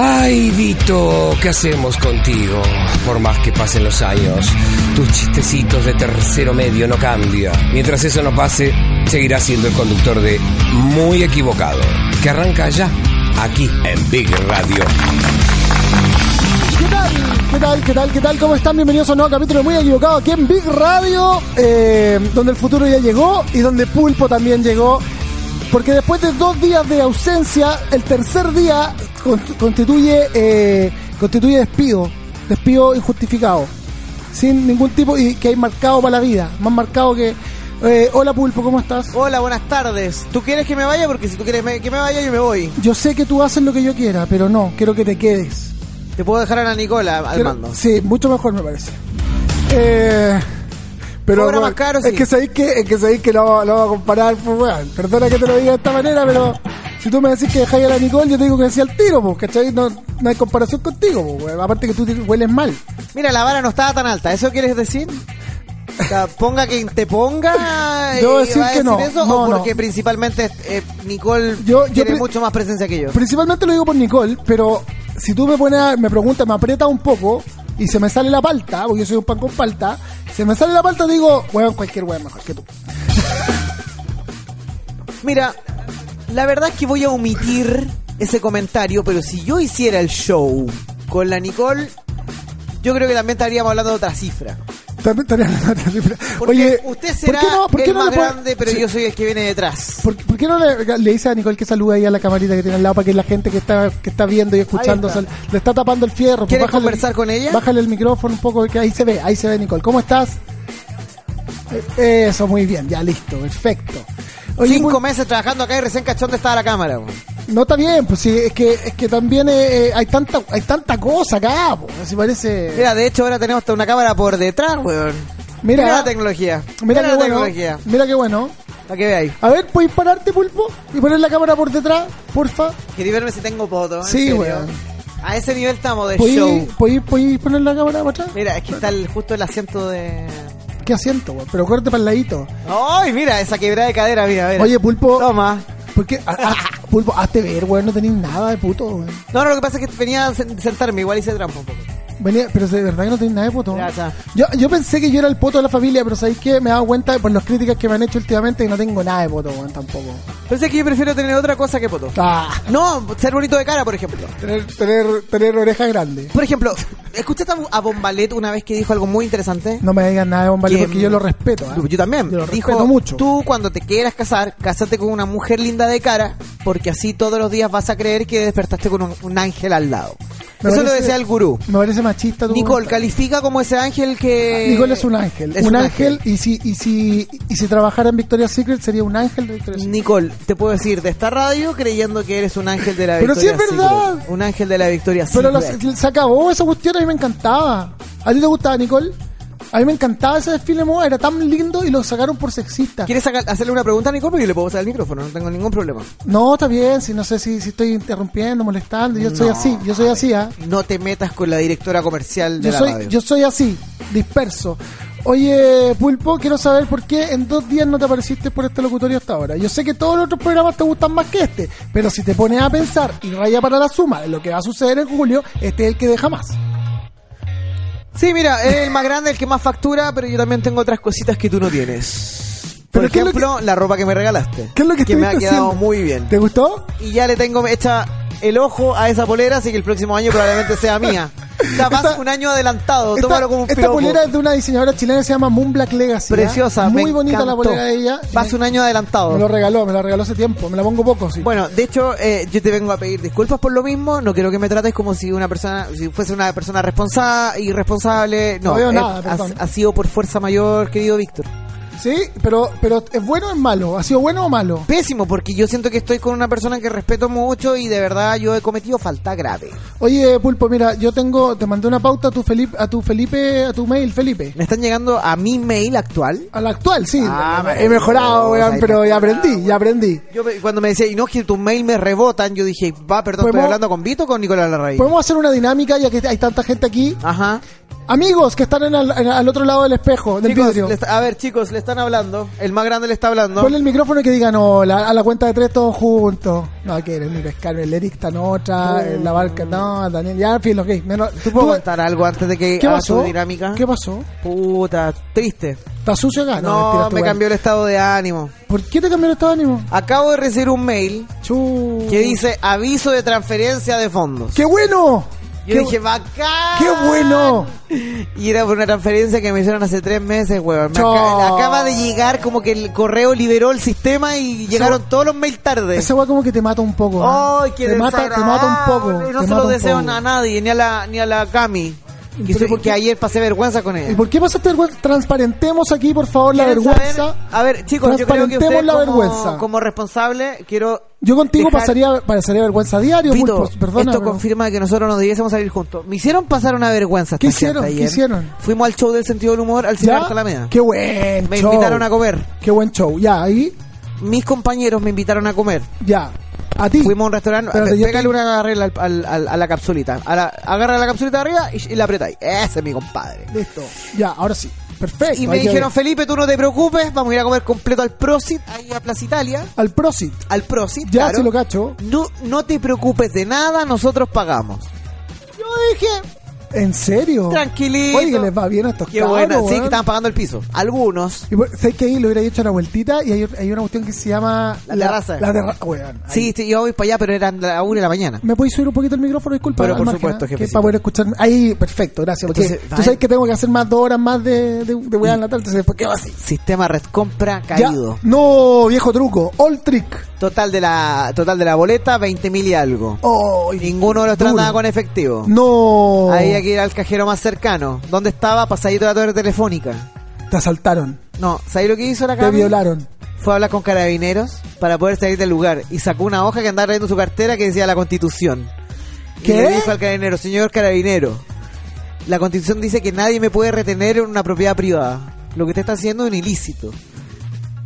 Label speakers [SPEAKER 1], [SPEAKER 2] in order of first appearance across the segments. [SPEAKER 1] Ay, Vito, ¿qué hacemos contigo? Por más que pasen los años, tus chistecitos de tercero medio no cambian. Mientras eso no pase, seguirás siendo el conductor de Muy Equivocado, que arranca ya, aquí en Big Radio.
[SPEAKER 2] ¿Qué tal? ¿Qué tal? ¿Qué tal? ¿Qué tal? ¿Cómo están? Bienvenidos a un nuevo capítulo de muy equivocado aquí en Big Radio, eh, donde el futuro ya llegó y donde Pulpo también llegó. Porque después de dos días de ausencia, el tercer día con- constituye, eh, constituye despido, despido injustificado, sin ningún tipo y que hay marcado para la vida, más marcado que... eh, hola Pulpo, ¿cómo estás?
[SPEAKER 3] Hola, buenas tardes. ¿Tú quieres que me vaya? Porque si tú quieres me- que me vaya, yo me voy.
[SPEAKER 2] Yo sé que tú haces lo que yo quiera, pero no, quiero que te quedes.
[SPEAKER 3] Te puedo dejar a la Nicola al
[SPEAKER 2] Quiero-
[SPEAKER 3] mando.
[SPEAKER 2] Sí, mucho mejor me parece. Eh, pero
[SPEAKER 3] Cobra más
[SPEAKER 2] bueno,
[SPEAKER 3] caro,
[SPEAKER 2] es
[SPEAKER 3] sí.
[SPEAKER 2] que sabéis que, es que sabéis que lo, lo voy a comparar, pues weón. Perdona que te lo diga de esta manera, pero si tú me decís que dejáis a la Nicole, yo te digo que decía al tiro, pues, ¿cachai? No, no hay comparación contigo, pues, weón. Aparte que tú te- hueles mal.
[SPEAKER 3] Mira, la vara no estaba tan alta. ¿Eso quieres decir? O sea, ponga quien te ponga.
[SPEAKER 2] Yo
[SPEAKER 3] eh,
[SPEAKER 2] decir
[SPEAKER 3] va a
[SPEAKER 2] que no,
[SPEAKER 3] Eso,
[SPEAKER 2] no,
[SPEAKER 3] o
[SPEAKER 2] no.
[SPEAKER 3] porque principalmente eh, Nicole
[SPEAKER 2] Yo- yo
[SPEAKER 3] tiene
[SPEAKER 2] pri-
[SPEAKER 3] mucho más presencia que yo.
[SPEAKER 2] Principalmente lo digo por Nicole, pero si tú me pones, a- me preguntas, me aprieta un poco y se me sale la palta, porque yo soy un pan con palta, se me sale la palta, digo, weón, cualquier weón mejor que tú.
[SPEAKER 3] Mira, la verdad es que voy a omitir ese comentario, pero si yo hiciera el show con la Nicole, yo creo que también estaríamos hablando de otra cifra.
[SPEAKER 2] También estaría hablando de cifra.
[SPEAKER 3] Porque
[SPEAKER 2] Oye,
[SPEAKER 3] usted será
[SPEAKER 2] por qué
[SPEAKER 3] el más
[SPEAKER 2] le puede-
[SPEAKER 3] grande, pero
[SPEAKER 2] Sí.
[SPEAKER 3] yo soy el que viene detrás.
[SPEAKER 2] ¿Por, por qué no le, le dice a Nicole que salude ahí a la camarita que tiene al lado para que la gente que está que está viendo y escuchando
[SPEAKER 3] Ahí está.
[SPEAKER 2] sal- le está tapando el fierro? pues
[SPEAKER 3] ¿Quieres
[SPEAKER 2] bájale-
[SPEAKER 3] conversar con ella?
[SPEAKER 2] Bájale el micrófono un poco, que ahí se ve, ahí se ve Nicole. ¿Cómo estás? Eh, Eso, muy bien, ya listo, perfecto. Oye,
[SPEAKER 3] Cinco
[SPEAKER 2] muy-
[SPEAKER 3] meses trabajando acá y recién cachón de estar a la cámara. po.
[SPEAKER 2] no está bien, pues sí, es que, es que también eh, eh, hay tanta hay tanta cosa acá, po, así parece...
[SPEAKER 3] Mira, de hecho ahora tenemos hasta una cámara por detrás, weón.
[SPEAKER 2] Mira.
[SPEAKER 3] Mira, la tecnología.
[SPEAKER 2] mira, qué
[SPEAKER 3] la
[SPEAKER 2] bueno,
[SPEAKER 3] tecnología.
[SPEAKER 2] mira qué bueno.
[SPEAKER 3] Para que veáis.
[SPEAKER 2] A ver, ¿puedes pararte, Pulpo? Y poner la cámara por detrás, porfa.
[SPEAKER 3] Quería verme si tengo poto. ¿eh? en
[SPEAKER 2] Sí,
[SPEAKER 3] serio.
[SPEAKER 2] weón.
[SPEAKER 3] A ese nivel estamos de
[SPEAKER 2] ¿Podéis
[SPEAKER 3] este show.
[SPEAKER 2] podéis- podéis poner la cámara para atrás?
[SPEAKER 3] Mira, es que está el- justo el asiento de...
[SPEAKER 2] ¿Qué asiento, weón? Pero corte para el ladito.
[SPEAKER 3] ¡Ay, mira! Esa quebrada de cadera, mira, mira.
[SPEAKER 2] Oye, Pulpo.
[SPEAKER 3] Toma.
[SPEAKER 2] ¿Por qué? Ah, ah, Pulpo, hazte ver, weón. No tenéis nada de puto, weón.
[SPEAKER 3] No, no, lo que pasa es que venía a sen- sentarme. Igual hice trampa un poco.
[SPEAKER 2] Venía, pero de verdad que no tenéis nada de puto.
[SPEAKER 3] Ya, ya.
[SPEAKER 2] Yo, yo pensé que yo era el poto de la familia, pero ¿sabéis qué? Me he dado cuenta por las críticas que me han hecho últimamente que no tengo nada de poto, weón, tampoco.
[SPEAKER 3] Pero es que yo prefiero tener otra cosa que poto.
[SPEAKER 2] Ah,
[SPEAKER 3] No, ser bonito de cara, por ejemplo.
[SPEAKER 2] tener, tener, tener oreja grande.
[SPEAKER 3] Por ejemplo, ¿escuchaste a- a Bombalet una vez que dijo algo muy interesante?
[SPEAKER 2] No me digan nada de bomba
[SPEAKER 3] Que-
[SPEAKER 2] porque yo lo respeto. ¿ah?
[SPEAKER 3] Yo también.
[SPEAKER 2] Yo lo
[SPEAKER 3] Dijo,
[SPEAKER 2] respeto mucho.
[SPEAKER 3] Tú cuando te quieras casar, cásate con una mujer linda de cara, porque así todos los días vas a creer que despertaste con un, un ángel al lado.
[SPEAKER 2] Me
[SPEAKER 3] Eso lo
[SPEAKER 2] parece-
[SPEAKER 3] decía el gurú.
[SPEAKER 2] Me parece machista tu
[SPEAKER 3] Nicole
[SPEAKER 2] comentario.
[SPEAKER 3] califica como ese ángel que...
[SPEAKER 2] Nicole es un ángel.
[SPEAKER 3] Es
[SPEAKER 2] un, ángel, y si y si y si trabajara en Victoria's Secret sería un ángel de Victoria's Secret.
[SPEAKER 3] Nicole, te puedo decir de esta radio creyendo que eres un ángel de la
[SPEAKER 2] Pero
[SPEAKER 3] victoria.
[SPEAKER 2] sí es verdad.
[SPEAKER 3] Secret. Un ángel de la victoria.
[SPEAKER 2] Pero los-
[SPEAKER 3] Secret.
[SPEAKER 2] se acabó esa cuestión, a mí me encantaba. ¿A ti te gustaba, Nicole? A mí me encantaba ese desfile de moda, era tan lindo y lo sacaron por sexista.
[SPEAKER 3] ¿Quieres saca- hacerle una pregunta a Nicole? Porque yo le puedo usar el micrófono, no tengo ningún problema.
[SPEAKER 2] No, está bien, si no sé si, si estoy interrumpiendo, molestando, yo soy
[SPEAKER 3] No,
[SPEAKER 2] así, yo soy así, ¿ah?
[SPEAKER 3] No te metas con la directora comercial de
[SPEAKER 2] Yo
[SPEAKER 3] la
[SPEAKER 2] soy,
[SPEAKER 3] radio.
[SPEAKER 2] yo soy así, disperso. Oye, Pulpo, quiero saber por qué en dos días no te apareciste por este locutorio hasta ahora. Yo sé que todos los otros programas te gustan más que este, pero si te pones a pensar y raya para la suma de lo que va a suceder en julio, este es el que deja más.
[SPEAKER 3] Sí, mira, es el más grande, el que más factura, pero yo también tengo otras cositas que tú no tienes. Por
[SPEAKER 2] Pero ¿qué es lo
[SPEAKER 3] ejemplo, la ropa que me regalaste.
[SPEAKER 2] ¿Qué es lo que,
[SPEAKER 3] me ha
[SPEAKER 2] estuviste
[SPEAKER 3] quedado
[SPEAKER 2] haciendo?
[SPEAKER 3] muy bien.
[SPEAKER 2] ¿Te gustó?
[SPEAKER 3] Y ya le tengo hecha el ojo a esa polera, así que el próximo año probablemente sea mía. O sea, vas
[SPEAKER 2] Esta-
[SPEAKER 3] un año adelantado,
[SPEAKER 2] Esta,
[SPEAKER 3] tómalo como un
[SPEAKER 2] esta
[SPEAKER 3] piropo.
[SPEAKER 2] polera es de una diseñadora chilena que se llama Moon Black Legacy. ¿eh?
[SPEAKER 3] Preciosa,
[SPEAKER 2] Muy
[SPEAKER 3] me
[SPEAKER 2] bonita la
[SPEAKER 3] encantó.
[SPEAKER 2] polera de ella.
[SPEAKER 3] Vas un año
[SPEAKER 2] Me lo
[SPEAKER 3] adelantado.
[SPEAKER 2] regaló, me la regaló hace tiempo. Me la pongo poco, sí.
[SPEAKER 3] Bueno, de hecho, eh, yo te vengo a pedir disculpas por lo mismo. No quiero que me trates como si una persona, si fuese una persona responsable, irresponsable. No,
[SPEAKER 2] No veo
[SPEAKER 3] eh,
[SPEAKER 2] nada,
[SPEAKER 3] ha-
[SPEAKER 2] perdón.
[SPEAKER 3] ha sido por fuerza mayor, querido Víctor.
[SPEAKER 2] Sí, pero, pero ¿es bueno o es malo? ¿Ha sido bueno o malo?
[SPEAKER 3] Pésimo, porque yo siento que estoy con una persona que respeto mucho y de verdad yo he cometido falta grave.
[SPEAKER 2] Oye, Pulpo, mira, yo tengo, te mandé una pauta a tu Felipe, a tu Felipe, a tu mail, Felipe.
[SPEAKER 3] Me están llegando a mi mail actual.
[SPEAKER 2] Al actual, sí.
[SPEAKER 3] Ah,
[SPEAKER 2] he mejorado,
[SPEAKER 3] maravilloso,
[SPEAKER 2] weón,
[SPEAKER 3] ahí Ah,
[SPEAKER 2] pero ya
[SPEAKER 3] mejorado,
[SPEAKER 2] aprendí, ya aprendí.
[SPEAKER 3] Yo me- cuando me decía, y no, que tus mail me rebotan, yo dije, va, perdón,
[SPEAKER 2] ¿Podemos-
[SPEAKER 3] estoy hablando con Vito o con Nicolás Larraín.
[SPEAKER 2] Podemos hacer una dinámica ya que hay tanta gente aquí.
[SPEAKER 3] Ajá.
[SPEAKER 2] Amigos que están en al, en- al otro lado del espejo, del
[SPEAKER 3] Chicos,
[SPEAKER 2] vidrio.
[SPEAKER 3] le está- a ver, chicos, le están hablando. El más grande le está hablando.
[SPEAKER 2] Ponle el micrófono y que digan hola, a la cuenta de tres todos juntos. No, que eres, mira, es Carmen Lerick, está en otra, eh, la barca, no, Daniel, ya, en fin, los gays. menos-
[SPEAKER 3] Oh. ¿Tú puedo
[SPEAKER 2] tú-
[SPEAKER 3] contar algo antes de que
[SPEAKER 2] ¿Qué
[SPEAKER 3] haga su
[SPEAKER 2] pasó?
[SPEAKER 3] dinámica?
[SPEAKER 2] ¿Qué pasó?
[SPEAKER 3] Puta, triste.
[SPEAKER 2] ¿Está sucio acá?
[SPEAKER 3] No,
[SPEAKER 2] mentira, tú,
[SPEAKER 3] me
[SPEAKER 2] weón.
[SPEAKER 3] cambió el estado de ánimo.
[SPEAKER 2] ¿Por qué te cambió el estado de ánimo?
[SPEAKER 3] Acabo de recibir un mail
[SPEAKER 2] Chu.
[SPEAKER 3] que dice aviso de transferencia de fondos.
[SPEAKER 2] ¡Qué bueno!
[SPEAKER 3] Yo
[SPEAKER 2] ¡Qué,
[SPEAKER 3] dije, bacán.
[SPEAKER 2] qué bueno!
[SPEAKER 3] Y era por una transferencia que me hicieron hace tres meses, weón. Me
[SPEAKER 2] Chao.
[SPEAKER 3] aca- acaba de llegar, como que el correo liberó el sistema y llegaron todos los mails tarde.
[SPEAKER 2] Esa weá como que te mata un poco. ¿ah?
[SPEAKER 3] Ay, qué
[SPEAKER 2] te, mata, te mata un poco.
[SPEAKER 3] desagradable. No
[SPEAKER 2] te
[SPEAKER 3] se
[SPEAKER 2] mata
[SPEAKER 3] lo
[SPEAKER 2] un
[SPEAKER 3] deseo
[SPEAKER 2] poco.
[SPEAKER 3] a nadie, ni a la, ni a la Cami. Y
[SPEAKER 2] Pero
[SPEAKER 3] soy-
[SPEAKER 2] ¿por
[SPEAKER 3] que
[SPEAKER 2] qué?
[SPEAKER 3] ayer pasé vergüenza con
[SPEAKER 2] ¿Y
[SPEAKER 3] ella.
[SPEAKER 2] por qué pasaste vergüenza? Transparentemos aquí, por favor, la
[SPEAKER 3] ¿Quieren
[SPEAKER 2] vergüenza.
[SPEAKER 3] saber? A ver, chicos, yo creo que usted
[SPEAKER 2] Transparentemos la vergüenza.
[SPEAKER 3] como, como responsable, quiero...
[SPEAKER 2] Yo contigo
[SPEAKER 3] dejar-
[SPEAKER 2] pasaría, pasaría vergüenza a diario. pues,
[SPEAKER 3] Vito,
[SPEAKER 2] Pulpo, perdona,
[SPEAKER 3] esto
[SPEAKER 2] pero-
[SPEAKER 3] confirma que nosotros nos debiésemos salir juntos. Me hicieron pasar una vergüenza esta
[SPEAKER 2] ¿Qué hicieron?
[SPEAKER 3] gente
[SPEAKER 2] ¿Qué
[SPEAKER 3] ayer.
[SPEAKER 2] hicieron?
[SPEAKER 3] Fuimos al show del sentido del humor al cine
[SPEAKER 2] ¿Ya?
[SPEAKER 3] Alameda.
[SPEAKER 2] Qué buen
[SPEAKER 3] Me
[SPEAKER 2] show.
[SPEAKER 3] invitaron a comer.
[SPEAKER 2] Qué buen show. Ya, ahí,
[SPEAKER 3] Mis compañeros me invitaron a comer.
[SPEAKER 2] ya. A ti.
[SPEAKER 3] Fuimos a un restaurante.
[SPEAKER 2] Espérate,
[SPEAKER 3] pe-
[SPEAKER 2] yo
[SPEAKER 3] Pégale
[SPEAKER 2] te-
[SPEAKER 3] una regla al- al- al- a la capsulita. A la- agarra la capsulita de arriba y, y la apretáis. Ese es mi compadre.
[SPEAKER 2] Listo. Ya, ahora sí. Perfecto.
[SPEAKER 3] Y me
[SPEAKER 2] hay que
[SPEAKER 3] dijeron,
[SPEAKER 2] ver.
[SPEAKER 3] Felipe, tú no te preocupes, vamos a ir a comer completo al Prosit, ahí a Plaza Italia.
[SPEAKER 2] Al Prosit.
[SPEAKER 3] Al Prosit,
[SPEAKER 2] Ya,
[SPEAKER 3] claro.
[SPEAKER 2] se lo cacho.
[SPEAKER 3] No, no te preocupes de nada, nosotros pagamos. Yo dije,
[SPEAKER 2] ¿En serio?
[SPEAKER 3] Tranquilito.
[SPEAKER 2] Oye, que les va bien a estos
[SPEAKER 3] Qué
[SPEAKER 2] cabros,
[SPEAKER 3] buena, sí,
[SPEAKER 2] weón.
[SPEAKER 3] que estaban pagando el piso. Algunos.
[SPEAKER 2] Y bueno, ¿Sabes que ahí lo hubiera hecho una vueltita? Y hay, hay una cuestión que se llama.
[SPEAKER 3] La terraza.
[SPEAKER 2] La terraza. Weón. ahí.
[SPEAKER 3] Sí, sí, yo voy para allá, pero eran a una de la mañana.
[SPEAKER 2] ¿Me podéis subir un poquito el micrófono? Disculpa.
[SPEAKER 3] Pero
[SPEAKER 2] al
[SPEAKER 3] por
[SPEAKER 2] margen,
[SPEAKER 3] supuesto,
[SPEAKER 2] ¿eh? Que
[SPEAKER 3] jefecito.
[SPEAKER 2] para poder escucharme. Ahí, perfecto, gracias. Porque
[SPEAKER 3] Entonces,
[SPEAKER 2] tú sabes
[SPEAKER 3] vale.
[SPEAKER 2] que tengo que hacer más dos horas más de, de, de weá en la tarde. Entonces, ¿por qué va así?
[SPEAKER 3] Sistema red compra
[SPEAKER 2] Ya.
[SPEAKER 3] caído.
[SPEAKER 2] No, viejo truco. All trick.
[SPEAKER 3] Total de la total de la boleta, 20 mil y algo.
[SPEAKER 2] Oh, y-
[SPEAKER 3] Ninguno de los tres
[SPEAKER 2] duro.
[SPEAKER 3] andaba con efectivo.
[SPEAKER 2] No.
[SPEAKER 3] Había que ir al cajero más cercano. ¿Dónde estaba? Pasadito de la torre telefónica.
[SPEAKER 2] Te asaltaron.
[SPEAKER 3] No, ¿sabéis lo que hizo la
[SPEAKER 2] Te
[SPEAKER 3] Cami?
[SPEAKER 2] violaron.
[SPEAKER 3] Fue a hablar con carabineros para poder salir del lugar. Y sacó una hoja que andaba trayendo su cartera que decía la constitución.
[SPEAKER 2] ¿Qué?
[SPEAKER 3] Y le dijo al carabinero, señor carabinero, la constitución dice que nadie me puede retener en una propiedad privada. Lo que usted está haciendo es un ilícito.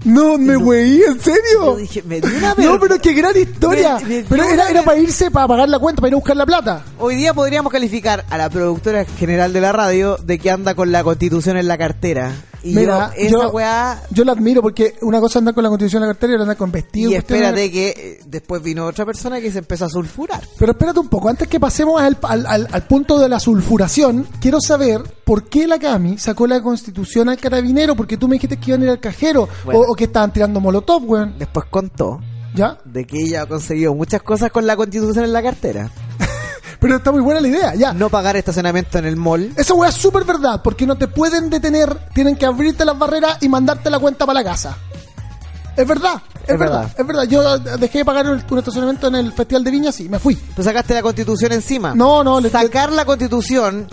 [SPEAKER 2] No, me weí, ¿en
[SPEAKER 3] Yo
[SPEAKER 2] serio?
[SPEAKER 3] dije, me dio una
[SPEAKER 2] No,
[SPEAKER 3] vergüenza.
[SPEAKER 2] pero qué gran historia.
[SPEAKER 3] Me- me-
[SPEAKER 2] Pero
[SPEAKER 3] yo-
[SPEAKER 2] era, era para irse, para pagar la cuenta, para ir a buscar la plata.
[SPEAKER 3] Hoy día podríamos calificar a la productora general de la radio de que anda con la constitución en la cartera. Y
[SPEAKER 2] Mira,
[SPEAKER 3] yo, esa
[SPEAKER 2] yo-
[SPEAKER 3] weá...
[SPEAKER 2] Yo la admiro porque una cosa es andar con la constitución en la cartera y otra andar con vestido.
[SPEAKER 3] Y
[SPEAKER 2] cuestión-
[SPEAKER 3] espérate que eh, después vino otra persona que se empezó a sulfurar.
[SPEAKER 2] Pero espérate un poco, antes que pasemos al, al- al- al punto de la sulfuración, quiero saber por qué la Cami sacó la constitución al carabinero, porque tú me dijiste que iban a ir al cajero
[SPEAKER 3] Bueno.
[SPEAKER 2] o, o que estaban tirando molotov, weón.
[SPEAKER 3] Después contó
[SPEAKER 2] ¿Ya?
[SPEAKER 3] de que ella ha conseguido muchas cosas con la constitución en la cartera.
[SPEAKER 2] Pero está muy buena la idea, ya.
[SPEAKER 3] No pagar estacionamiento en el mall.
[SPEAKER 2] Esa weá es súper verdad, porque no te pueden detener, tienen que abrirte las barreras y mandarte la cuenta para la casa. Es verdad, es,
[SPEAKER 3] Es
[SPEAKER 2] verdad,
[SPEAKER 3] verdad.
[SPEAKER 2] es verdad. Yo eh, dejé de pagar un estacionamiento en el Festival de Viña, sí, me fui.
[SPEAKER 3] Tú sacaste la constitución encima.
[SPEAKER 2] No, no, le-
[SPEAKER 3] Sacar la constitución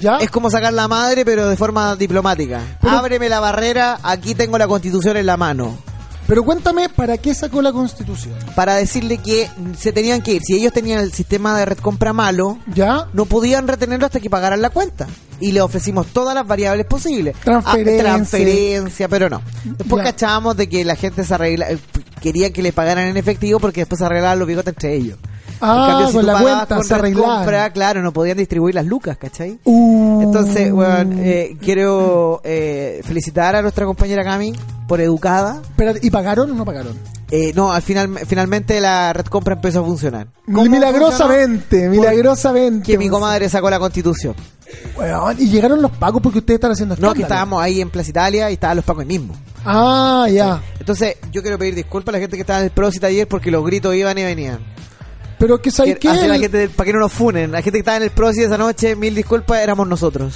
[SPEAKER 2] ¿Ya?
[SPEAKER 3] es como sacar la madre, pero de forma diplomática.
[SPEAKER 2] Pero-
[SPEAKER 3] Ábreme la barrera, aquí tengo la constitución en la mano.
[SPEAKER 2] Pero cuéntame, ¿para qué sacó la constitución?
[SPEAKER 3] Para decirle que se tenían que ir. Si ellos tenían el sistema de red compra malo,
[SPEAKER 2] ¿Ya?
[SPEAKER 3] no podían retenerlo hasta que pagaran la cuenta. Y le ofrecimos todas las variables posibles.
[SPEAKER 2] Transferencia.
[SPEAKER 3] Ah, transferencia, pero no. Después
[SPEAKER 2] Ya.
[SPEAKER 3] cachábamos de que la gente se arregla, eh, quería que le pagaran en efectivo porque después se arreglaban los bigotes entre ellos.
[SPEAKER 2] Ah, con
[SPEAKER 3] tú
[SPEAKER 2] la
[SPEAKER 3] pagabas
[SPEAKER 2] cuenta
[SPEAKER 3] con
[SPEAKER 2] se
[SPEAKER 3] Red
[SPEAKER 2] arreglaban.
[SPEAKER 3] Compra, claro, no podían distribuir las lucas, ¿cachai?
[SPEAKER 2] Uh.
[SPEAKER 3] Entonces, weón, eh, quiero eh, felicitar a nuestra compañera Cami por educada.
[SPEAKER 2] Espérate, ¿Y pagaron o no pagaron?
[SPEAKER 3] Eh, no, al final, finalmente la red compra empezó a funcionar. ¿Cómo
[SPEAKER 2] Milagrosamente,
[SPEAKER 3] funcionó?
[SPEAKER 2] milagrosamente.
[SPEAKER 3] Que mi comadre sacó la constitución.
[SPEAKER 2] Weón, y llegaron los pacos porque ustedes están haciendo
[SPEAKER 3] No,
[SPEAKER 2] escándalo.
[SPEAKER 3] que estábamos ahí en Plaza Italia y estaban los pacos ahí mismo.
[SPEAKER 2] Ah, ya.
[SPEAKER 3] Entonces, yo quiero pedir disculpas a la gente que estaba en el Prosit ayer porque los gritos iban y venían.
[SPEAKER 2] Pero que sabes
[SPEAKER 3] Que-
[SPEAKER 2] qué?
[SPEAKER 3] hacia la
[SPEAKER 2] El-
[SPEAKER 3] gente del- para que no nos funen. La gente que estaba en el Prosit esa noche, mil disculpas, éramos nosotros.